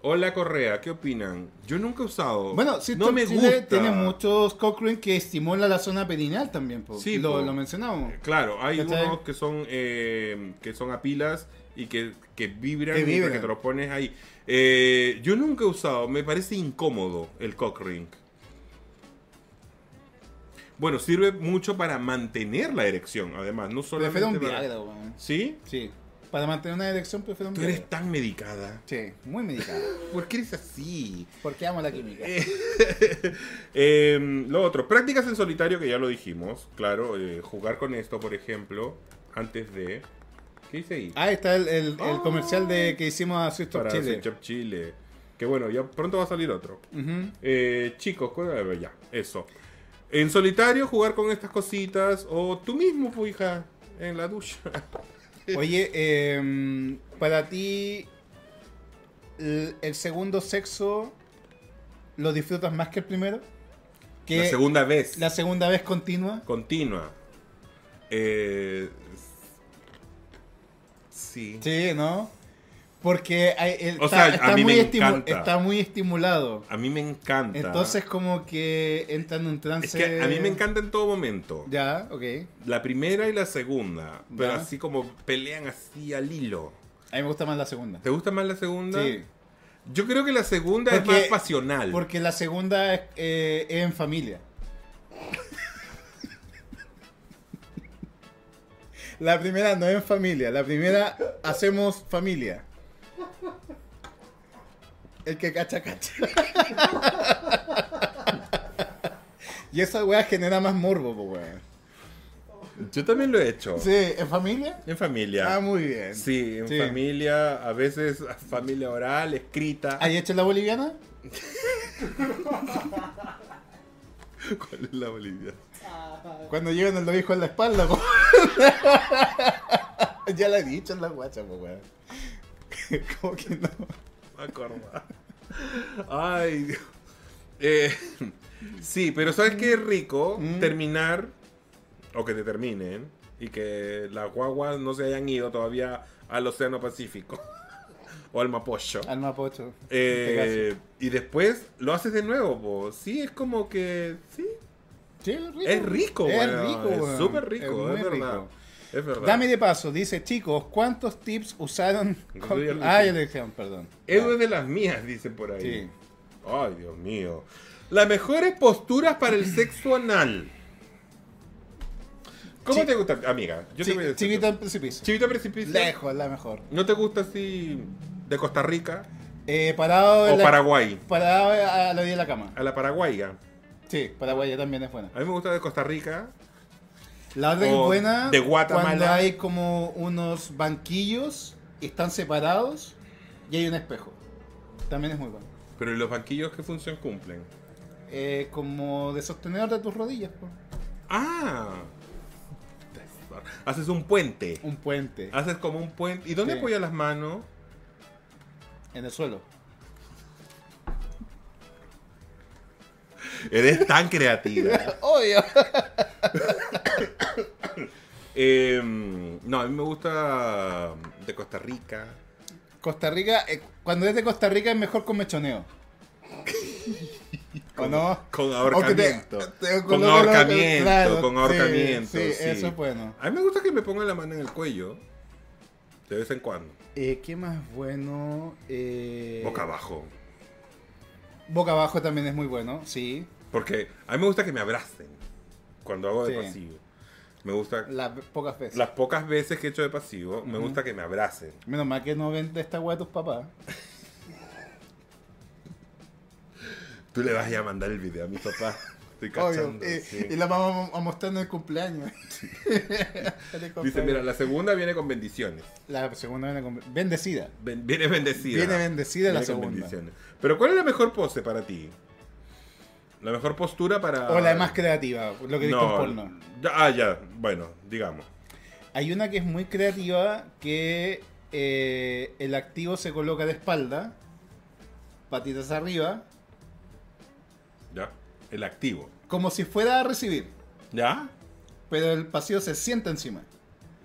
Speaker 2: O la correa, ¿qué opinan? Yo nunca he usado.
Speaker 1: Bueno, sí,
Speaker 2: no
Speaker 1: tú-
Speaker 2: me
Speaker 1: Chile
Speaker 2: gusta.
Speaker 1: tiene muchos Cochrane que estimula la zona perineal también, po.
Speaker 2: Sí,
Speaker 1: lo,
Speaker 2: po.
Speaker 1: lo mencionamos.
Speaker 2: Claro, hay
Speaker 1: ¿Cachai?
Speaker 2: unos que son eh, que son a pilas y que, que vibran
Speaker 1: Que
Speaker 2: mientras
Speaker 1: vibran.
Speaker 2: que te los pones ahí. Eh, yo nunca he usado, me parece incómodo el cock ring. Bueno, sirve mucho para mantener la erección, además, no solamente
Speaker 1: Prefiero un
Speaker 2: para-
Speaker 1: Viagra, weón.
Speaker 2: ¿Sí?
Speaker 1: Sí. Para mantener una erección prefiero un
Speaker 2: Tú
Speaker 1: Viagra.
Speaker 2: eres tan medicada.
Speaker 1: Sí, muy medicada.
Speaker 2: ¿Por qué eres así?
Speaker 1: Porque amo la química.
Speaker 2: Eh, lo otro, prácticas en solitario que ya lo dijimos, claro, eh, jugar con esto, por ejemplo, antes de... ¿Qué hice ahí?
Speaker 1: Ah, está el, el- el
Speaker 2: Oh.
Speaker 1: comercial de que hicimos a Swift
Speaker 2: para
Speaker 1: of Chile.
Speaker 2: Chile. Chile. Que bueno, ya pronto va a salir otro.
Speaker 1: Ujú.
Speaker 2: Eh, chicos, cu- eh, ya, eso. En solitario jugar con estas cositas o tú mismo, pues, hija, en la ducha.
Speaker 1: Oye, em, para ti, el, el segundo sexo lo disfrutas más que el primero? ¿Que
Speaker 2: la segunda vez.
Speaker 1: la segunda vez continua?
Speaker 2: Continua. Eh, sí.
Speaker 1: Sí, ¿no? Porque hay- el-
Speaker 2: O
Speaker 1: está,
Speaker 2: sea, a
Speaker 1: está
Speaker 2: mí
Speaker 1: muy
Speaker 2: me
Speaker 1: estimu-
Speaker 2: encanta.
Speaker 1: está muy estimulado.
Speaker 2: A mí me encanta.
Speaker 1: Entonces como que entra en un trance...
Speaker 2: Es que a mí me encanta en todo momento.
Speaker 1: Ya, ok.
Speaker 2: La primera y la segunda.
Speaker 1: Ya.
Speaker 2: Pero así como pelean así al hilo.
Speaker 1: A mí me gusta más la segunda.
Speaker 2: ¿Te gusta más la segunda?
Speaker 1: Sí.
Speaker 2: Yo creo que la segunda
Speaker 1: Porque-
Speaker 2: es más pasional.
Speaker 1: Porque la segunda es, eh, es en familia. La primera no es en familia, la primera hacemos familia. El que cacha, cacha. Y esa weá genera más morbo, po, weón.
Speaker 2: Yo también lo he hecho.
Speaker 1: Sí, ¿en familia?
Speaker 2: En familia.
Speaker 1: Ah, muy bien.
Speaker 2: Sí, en
Speaker 1: Sí.
Speaker 2: familia, a veces familia oral, escrita.
Speaker 1: ¿Hay hecho la boliviana?
Speaker 2: ¿Cuál es la Bolivia?
Speaker 1: Cuando llegan el hijo en la espalda, po. Ya la he dicho en la guacha, po, weón. ¿Cómo que no?
Speaker 2: Me acuerdo. Ay, Dios. Eh, sí, pero ¿sabes qué es rico?
Speaker 1: Mm.
Speaker 2: Terminar, o que te terminen, y que las guaguas no se hayan ido todavía al Océano Pacífico o al Mapocho.
Speaker 1: Alma Ah, Pocho. Este
Speaker 2: Eh, y después lo haces de nuevo, po. sí, es como que, sí,
Speaker 1: Sí, es rico.
Speaker 2: Es rico,
Speaker 1: Es
Speaker 2: weón.
Speaker 1: rico,
Speaker 2: Es
Speaker 1: weón.
Speaker 2: súper rico,
Speaker 1: muy
Speaker 2: es, verdad.
Speaker 1: rico.
Speaker 2: Es verdad.
Speaker 1: Dame de paso, dice, chicos, ¿cuántos tips usaron?
Speaker 2: Yo
Speaker 1: con-
Speaker 2: ya lo
Speaker 1: Ah,
Speaker 2: dije.
Speaker 1: ya lo dijeron, perdón.
Speaker 2: Edu es de las mías, dice por ahí.
Speaker 1: Sí.
Speaker 2: Ay, Dios mío. Las mejores posturas para el sexo anal. ¿Cómo
Speaker 1: Chi-
Speaker 2: te gusta, amiga? Yo te voy
Speaker 1: Chi-
Speaker 2: a decir.
Speaker 1: Chiquita al precipicio.
Speaker 2: Chivita precipicio.
Speaker 1: Lejos, la mejor.
Speaker 2: ¿No te gusta así de Costa Rica
Speaker 1: Eh, parado, en
Speaker 2: o
Speaker 1: la-
Speaker 2: Paraguay?
Speaker 1: parado a la orilla de la cama.
Speaker 2: A la paraguaya.
Speaker 1: Sí, paraguaya también es buena.
Speaker 2: A mí me gusta de Costa Rica.
Speaker 1: La otra que
Speaker 2: O
Speaker 1: es buena
Speaker 2: de Guatemala.
Speaker 1: cuando hay como unos banquillos y están separados y hay un espejo. También es muy bueno.
Speaker 2: Pero ¿y los banquillos qué función cumplen?
Speaker 1: Eh, como de sostener de tus rodillas, po.
Speaker 2: Ah. Haces un puente.
Speaker 1: un puente
Speaker 2: Haces como un puente. ¿Y dónde
Speaker 1: Sí.
Speaker 2: apoyas las manos?
Speaker 1: en el suelo.
Speaker 2: Eres tan creativa.
Speaker 1: Obvio.
Speaker 2: Eh, no, a mí me gusta mm, de Costa Rica.
Speaker 1: Costa Rica, eh, cuando es de Costa Rica es mejor con mechoneo. ¿O
Speaker 2: Con-
Speaker 1: no?
Speaker 2: Con
Speaker 1: O que te-
Speaker 2: ahorcamiento.
Speaker 1: te
Speaker 2: con
Speaker 1: colocan-
Speaker 2: ahorcamiento,
Speaker 1: claro,
Speaker 2: con
Speaker 1: sí,
Speaker 2: ahorcamiento.
Speaker 1: Sí,
Speaker 2: sí.
Speaker 1: eso es bueno.
Speaker 2: A mí me gusta que me pongan la mano en el cuello. De vez en cuando.
Speaker 1: Eh, ¿Qué más bueno? Eh,
Speaker 2: Boca abajo.
Speaker 1: Boca abajo también es muy bueno, sí.
Speaker 2: Porque a mí me gusta que me abracen. Cuando hago de
Speaker 1: Sí.
Speaker 2: pasivo. Me gusta.
Speaker 1: Las pocas veces.
Speaker 2: Las pocas veces que he hecho de pasivo, me
Speaker 1: Ujú.
Speaker 2: gusta que me abracen.
Speaker 1: Menos mal que no vende esta weá a tus papás.
Speaker 2: Tú le vas a mandar el video a mi papá. Eh, Estoy
Speaker 1: Obvio.
Speaker 2: cachando.
Speaker 1: Y,
Speaker 2: sí.
Speaker 1: y la vamos a mostrar en el cumpleaños. Feliz
Speaker 2: Dice,
Speaker 1: cumpleaños.
Speaker 2: mira, la segunda viene con bendiciones.
Speaker 1: La segunda viene con- bendecida.
Speaker 2: Ben- viene bendecida.
Speaker 1: Viene bendecida la
Speaker 2: Viene con
Speaker 1: segunda.
Speaker 2: bendiciones. Pero ¿cuál es la mejor pose para ti? La mejor postura para...
Speaker 1: O la más creativa, lo que he visto
Speaker 2: Ah. No,
Speaker 1: en porno.
Speaker 2: ya- ah, ya. Bueno, digamos.
Speaker 1: Hay una que es muy creativa que eh, el activo se coloca de espalda, patitas arriba,
Speaker 2: Ya. El activo.
Speaker 1: como si fuera a recibir,
Speaker 2: ¿Ya?
Speaker 1: pero el pasivo se sienta encima.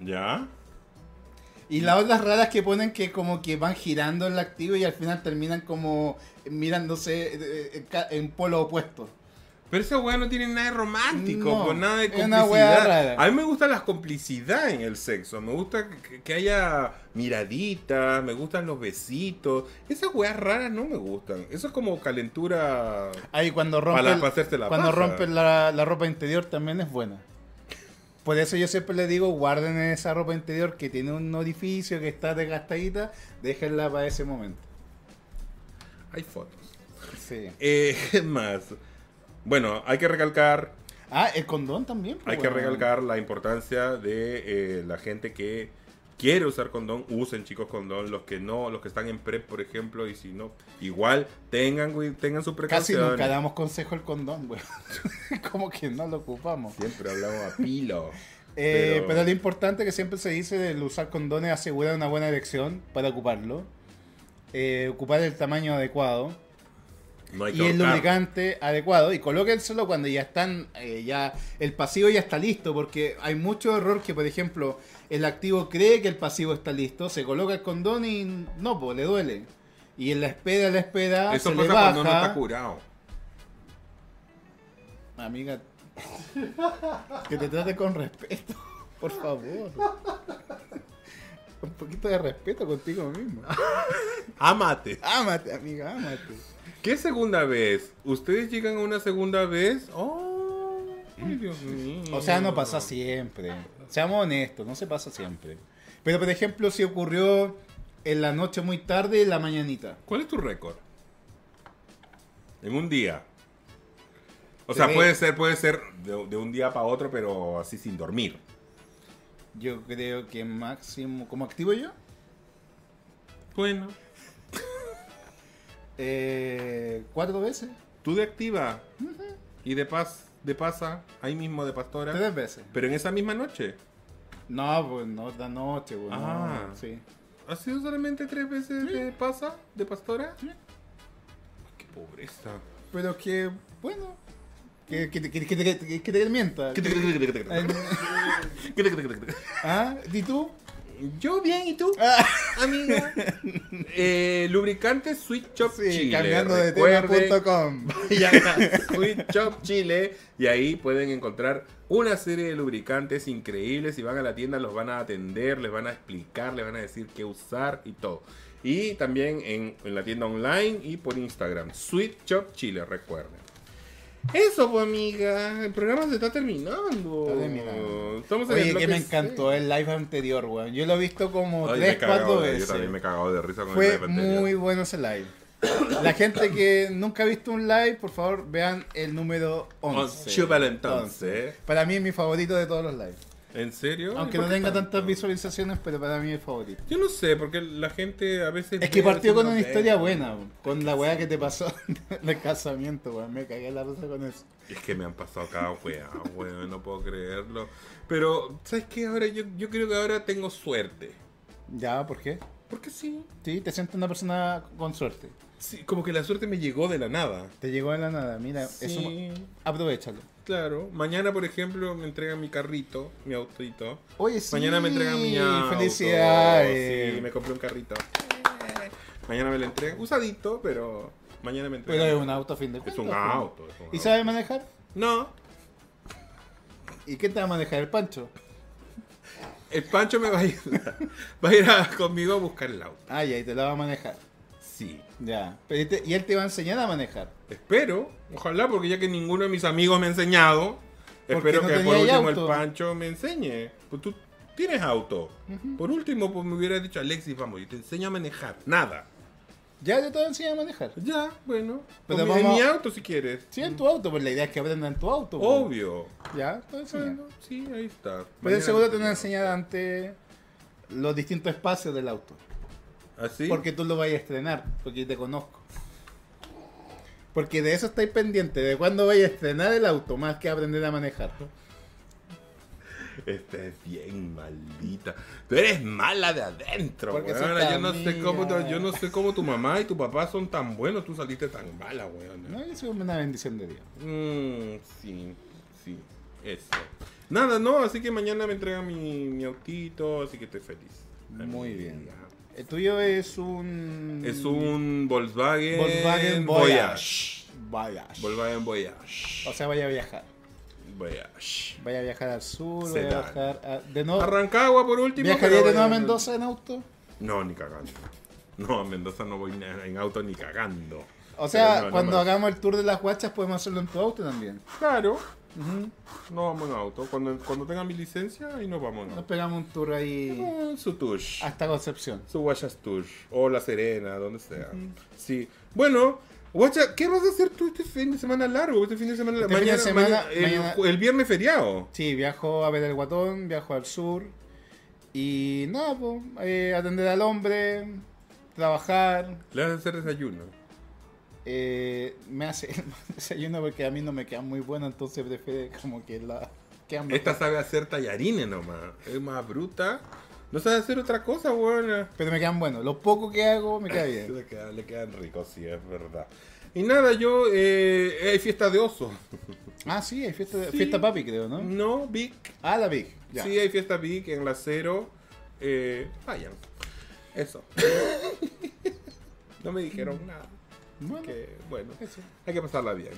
Speaker 2: ¿Ya?
Speaker 1: Y las otras raras que ponen que como que van girando el activo y al final terminan como mirándose eh, eh, ca- en polo opuesto.
Speaker 2: Pero esa weá no tiene nada de romántico,
Speaker 1: No,
Speaker 2: pues, nada de
Speaker 1: es
Speaker 2: complicidad.
Speaker 1: una weá rara.
Speaker 2: A mí me gusta la complicidad en el sexo. Me gusta que, que haya miraditas, me gustan los besitos. Esas weas raras no me gustan. Eso es como calentura.
Speaker 1: Ahí cuando rompen
Speaker 2: Para- para hacerte la
Speaker 1: cuando
Speaker 2: paja.
Speaker 1: rompen la, la ropa interior también es buena. Por eso yo siempre le digo, guarden esa ropa interior que tiene un orificio, que está desgastadita, déjenla para ese momento.
Speaker 2: Hay fotos.
Speaker 1: Sí.
Speaker 2: Eh, ¿Qué más? Bueno, hay que recalcar,
Speaker 1: Ah, el condón también. pues,
Speaker 2: hay que
Speaker 1: weón.
Speaker 2: recalcar la importancia de eh, la gente que quiere usar condón, usen chicos condón, los que no, los que están en prep, por ejemplo, y si no, igual tengan güey, tengan su
Speaker 1: Casi
Speaker 2: precaución.
Speaker 1: nunca damos consejo al condón, güey. como que no lo ocupamos.
Speaker 2: Siempre hablamos a pilo.
Speaker 1: Eh,
Speaker 2: Pero-
Speaker 1: pero... lo importante que siempre se dice del usar condones asegura una buena erección para ocuparlo. Eh, ocupar el tamaño adecuado
Speaker 2: No hay que
Speaker 1: y el
Speaker 2: ahorcar.
Speaker 1: lubricante adecuado. Y colóquenselo cuando ya están, eh, ya el pasivo ya está listo. Porque hay mucho error que, por ejemplo, el activo cree que el pasivo está listo, se coloca el condón y no, pues le duele. Y en la espera, en la espera,
Speaker 2: Eso
Speaker 1: se
Speaker 2: pasa
Speaker 1: le baja.
Speaker 2: cuando no está curado.
Speaker 1: Amiga, que te trate con respeto, por favor. Un poquito de respeto contigo mismo.
Speaker 2: Amate.
Speaker 1: Ámate, amiga, ámate.
Speaker 2: ¿Qué segunda vez? ¿Ustedes llegan a una segunda vez? Oh, ay, Dios mío.
Speaker 1: O sea, no pasa siempre. Seamos honestos, no se pasa siempre. Pero, por ejemplo, si ocurrió en la noche muy tarde y en la mañanita.
Speaker 2: ¿Cuál es tu récord? En un día. O sea,
Speaker 1: Tres.
Speaker 2: puede ser, puede ser de, de un día para otro, pero así sin dormir.
Speaker 1: Yo creo que máximo... ¿Cómo activo yo?
Speaker 2: Bueno.
Speaker 1: Eh, ¿Cuatro veces?
Speaker 2: Tú de activa. Y de paz, de pasa, ahí mismo de pastora.
Speaker 1: ¿Tres veces?
Speaker 2: Pero en esa misma noche.
Speaker 1: No, pues no, la noche, pues, no,
Speaker 2: Ah.
Speaker 1: sí.
Speaker 2: ¿Ha sido solamente tres veces de pasa, de pastora?
Speaker 1: Sí.
Speaker 2: Qué pobreza.
Speaker 1: Pero que, bueno. Que, que, que, que, que- que- que te mienta. ¿Ah? ¿Y tú?
Speaker 2: Yo bien, ¿y tú?
Speaker 1: Ah.
Speaker 2: Amiga. Eh, lubricante Sweet Shop
Speaker 1: Sí,
Speaker 2: Chile.
Speaker 1: cambiando de
Speaker 2: Recuerden,
Speaker 1: tema.com.
Speaker 2: vayan a Sweet Shop Chile y ahí pueden encontrar una serie de lubricantes increíbles. Si van a la tienda los van a atender, les van a explicar, les van a decir qué usar y todo. Y también en, en la tienda online y por Instagram. Sweet Shop Chile, recuerden. Eso, pues, amiga. El programa se está terminando.
Speaker 1: Está terminando.
Speaker 2: Estamos en el
Speaker 1: Oye, que
Speaker 2: bloque
Speaker 1: me
Speaker 2: seis.
Speaker 1: encantó el live anterior, weón. Yo lo he visto como
Speaker 2: Ay, me he
Speaker 1: tres,
Speaker 2: cagado
Speaker 1: cuatro
Speaker 2: de- Yo
Speaker 1: veces.
Speaker 2: también me he cagado de risa con
Speaker 1: Fue
Speaker 2: el live anterior.
Speaker 1: muy bueno ese live. La gente que nunca ha visto un live, por favor, vean el número 11.
Speaker 2: Once. Chúpalo entonces.
Speaker 1: Para mí es mi favorito de todos los lives.
Speaker 2: ¿En serio?
Speaker 1: Aunque
Speaker 2: ¿Por
Speaker 1: no
Speaker 2: qué
Speaker 1: tenga
Speaker 2: tanto?
Speaker 1: tantas visualizaciones, pero para mí es favorito.
Speaker 2: Yo no sé, porque la gente a veces...
Speaker 1: Es que
Speaker 2: ve, a
Speaker 1: partió
Speaker 2: veces
Speaker 1: con
Speaker 2: no
Speaker 1: una
Speaker 2: ve.
Speaker 1: historia buena, weón. con la weá que te pasó del casamiento, weón. Me cagué la rosa con eso.
Speaker 2: Es que me han pasado cada weá, weón, no puedo creerlo. Pero, ¿sabes qué? Ahora yo, yo creo que ahora tengo suerte.
Speaker 1: Ya, ¿por qué?
Speaker 2: Porque sí.
Speaker 1: Sí, te sientes una persona con suerte.
Speaker 2: sí. Como que la suerte me llegó de la nada.
Speaker 1: Te llegó de la nada, mira,
Speaker 2: Sí.
Speaker 1: eso aprovechalo.
Speaker 2: Claro. Mañana, por ejemplo, me entregan mi carrito, mi autito.
Speaker 1: Oye, sí.
Speaker 2: Mañana me entregan mi auto.
Speaker 1: Felicidades.
Speaker 2: Sí, me compré un carrito. Mañana me lo entregan. Usadito, pero mañana me
Speaker 1: Pero
Speaker 2: entregan.
Speaker 1: es un auto a fin de
Speaker 2: Es
Speaker 1: cuentas.
Speaker 2: un
Speaker 1: po.
Speaker 2: auto. es un
Speaker 1: ¿Y
Speaker 2: auto.
Speaker 1: sabe manejar?
Speaker 2: No.
Speaker 1: ¿Y qué te va a manejar el Pancho?
Speaker 2: El Pancho me va a ayudar. Va a ir a- conmigo a buscar el auto.
Speaker 1: Ah, ya, y te la va a manejar.
Speaker 2: Sí.
Speaker 1: Ya. Pero y, te- y él te va a enseñar a manejar.
Speaker 2: Espero, ojalá, porque ya que ninguno de mis amigos me ha enseñado,
Speaker 1: Porque
Speaker 2: espero
Speaker 1: no
Speaker 2: que por
Speaker 1: teníais
Speaker 2: último
Speaker 1: auto.
Speaker 2: el Pancho me enseñe. Pues tú tienes auto. Por último, pues me hubiera dicho Alexis, vamos, yo te enseño a manejar. Nada.
Speaker 1: Ya, yo te voy a enseñar a manejar.
Speaker 2: Ya, bueno.
Speaker 1: Pero
Speaker 2: Pero mi, en
Speaker 1: vamos-
Speaker 2: mi auto si quieres.
Speaker 1: Sí, en tu auto, pues la idea es que aprendan en tu auto. po.
Speaker 2: Mm. Obvio.
Speaker 1: Ya, te voy a enseñar.
Speaker 2: Bueno, Ah, sí, ahí está.
Speaker 1: Pero
Speaker 2: Mañana
Speaker 1: de seguro
Speaker 2: te
Speaker 1: Pues te van a
Speaker 2: enseño.
Speaker 1: enseñar antes los distintos espacios del auto.
Speaker 2: ¿Así?
Speaker 1: Porque tú lo vas a estrenar, porque te conozco. Porque de eso estáis pendiente, de cuándo vais a estrenar el auto, más que aprender a manejar.
Speaker 2: Esta es Este, bien maldita. Tú eres mala de adentro,
Speaker 1: Porque
Speaker 2: weona.
Speaker 1: sos
Speaker 2: Yo no, sé cómo, tu-
Speaker 1: amiga.
Speaker 2: yo no sé cómo tu mamá y tu papá son tan buenos, tú saliste tan mala, weón.
Speaker 1: No, eso es una bendición de Dios.
Speaker 2: Mmm, sí, sí, eso. Nada, no, así que mañana me entrega mi, mi autito, así que estoy feliz.
Speaker 1: Muy bien.
Speaker 2: Amiga.
Speaker 1: El tuyo es un...
Speaker 2: Es un Volkswagen,
Speaker 1: Volkswagen Voyage. Voyage.
Speaker 2: Volkswagen Voyage.
Speaker 1: O sea, vaya a viajar.
Speaker 2: Voyage.
Speaker 1: Vaya a viajar al sur,
Speaker 2: Se
Speaker 1: vaya a
Speaker 2: da.
Speaker 1: viajar a... De nuevo,
Speaker 2: Arrancagua por último.
Speaker 1: ¿Viajaría
Speaker 2: pero
Speaker 1: de nuevo a
Speaker 2: vaya-
Speaker 1: Mendoza en auto?
Speaker 2: No, ni cagando. No, a Mendoza no voy na- en auto ni cagando.
Speaker 1: O sea,
Speaker 2: Pero no,
Speaker 1: cuando
Speaker 2: no me-
Speaker 1: hagamos el tour de las guachas podemos hacerlo en tu auto también.
Speaker 2: Claro. No vamos en auto. Cuando, cuando tenga mi licencia, ahí nos vamos en
Speaker 1: Nos
Speaker 2: auto.
Speaker 1: pegamos un tour ahí
Speaker 2: Mm, Su tush.
Speaker 1: hasta Concepción.
Speaker 2: Su Guayas Tour. O La Serena, donde sea. Sí. Bueno, Guacha, ¿qué vas a hacer tú este fin de semana largo? Este fin de semana
Speaker 1: Este
Speaker 2: mañana,
Speaker 1: fin de semana-
Speaker 2: mañana- el,
Speaker 1: mañana-
Speaker 2: ju- el viernes feriado.
Speaker 1: Sí, viajo a ver el guatón, viajo al sur. Y nada, po, eh, atender al hombre, trabajar.
Speaker 2: Le vas a hacer desayuno.
Speaker 1: eh, me hace el desayuno porque a mí no me queda muy bueno, entonces prefiero como que la... quedan
Speaker 2: Esta
Speaker 1: mejor.
Speaker 2: sabe hacer tallarines nomás. Es más bruta. No sabe hacer otra cosa, buena.
Speaker 1: Pero me quedan buenos. Lo poco que hago me queda bien.
Speaker 2: Le quedan, le quedan ricos, sí, es verdad. Y nada, yo. Eh, hay fiesta de oso.
Speaker 1: Ah, sí, hay fiesta,
Speaker 2: Sí.
Speaker 1: fiesta papi, creo, ¿no?
Speaker 2: No, Vic.
Speaker 1: Ah, la Big. Ya.
Speaker 2: Sí, hay fiesta Vic en la cero. Eh, vayan. Eso. no me
Speaker 1: Mm.
Speaker 2: dijeron nada.
Speaker 1: Bueno,
Speaker 2: Que, bueno,
Speaker 1: eso.
Speaker 2: hay que pasarla bien.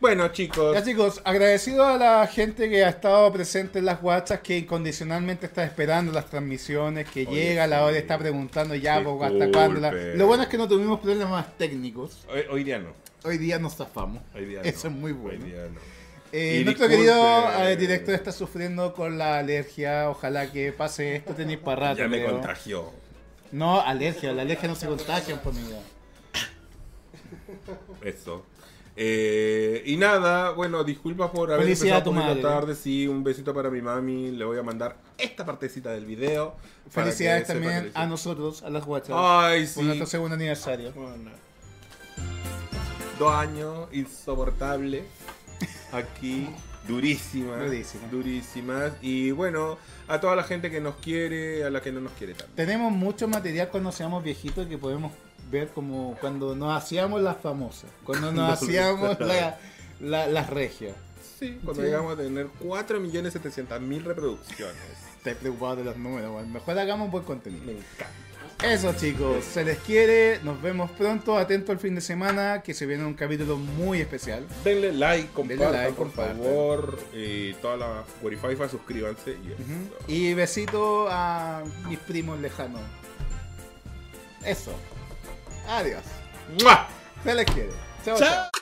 Speaker 2: Bueno, chicos.
Speaker 1: Ya chicos, agradecido a la gente que ha estado presente en las guachas, que incondicionalmente está esperando las transmisiones, que
Speaker 2: Oye,
Speaker 1: llega a la hora,
Speaker 2: sí.
Speaker 1: está preguntando ya, po, hasta
Speaker 2: Disculpe.
Speaker 1: cuándo. la- Lo bueno es que no tuvimos problemas técnicos.
Speaker 2: Hoy, hoy día no.
Speaker 1: Hoy día nos zafamos.
Speaker 2: Hoy día
Speaker 1: Eso
Speaker 2: no,
Speaker 1: es muy
Speaker 2: Hoy
Speaker 1: bueno.
Speaker 2: día no.
Speaker 1: Eh,
Speaker 2: Y
Speaker 1: nuestro
Speaker 2: disculpe.
Speaker 1: querido eh, director está sufriendo con la alergia. Ojalá que pase esto, tenéis para rato.
Speaker 2: Ya me
Speaker 1: creo.
Speaker 2: contagió.
Speaker 1: No, alergia, la alergia no se pues, contagian, por mí.
Speaker 2: Eso. Eh, y nada, bueno, disculpas por haber
Speaker 1: Felicidad
Speaker 2: empezado
Speaker 1: a tu
Speaker 2: un poquito
Speaker 1: madre.
Speaker 2: tarde. Sí, un besito para mi mami. Le voy a mandar esta partecita del video. para que
Speaker 1: Felicidades
Speaker 2: sepa que
Speaker 1: también
Speaker 2: le-
Speaker 1: a nosotros, a las guachas,
Speaker 2: Ay,
Speaker 1: por
Speaker 2: sí.
Speaker 1: nuestro segundo aniversario.
Speaker 2: Bueno. Dos años insoportable. Aquí. Durísimas.
Speaker 1: Durísimas.
Speaker 2: Durísimas. Y bueno, a toda la gente que nos quiere, a la que no nos quiere tanto.
Speaker 1: Tenemos mucho material cuando seamos viejitos que podemos ver como cuando nos hacíamos las famosas, cuando nos hacíamos la- la- las regias.
Speaker 2: Sí, cuando
Speaker 1: Sí.
Speaker 2: llegamos a tener 4.700.000 reproducciones.
Speaker 1: Estoy preocupado de los números, weón. mejor hagamos buen
Speaker 2: Me
Speaker 1: contenido.
Speaker 2: encanta.
Speaker 1: Eso chicos, se les quiere, nos vemos pronto, atento al fin de semana que se viene un capítulo muy especial.
Speaker 2: Denle like, compartan,
Speaker 1: like,
Speaker 2: por
Speaker 1: compartan.
Speaker 2: favor. Y toda la Wi-Fi, suscríbanse. Y eso.
Speaker 1: Y besito a mis primos lejanos. Eso. Adiós.
Speaker 2: ¡Mua!
Speaker 1: Se les quiere. Chao,
Speaker 2: Chao.
Speaker 1: chao.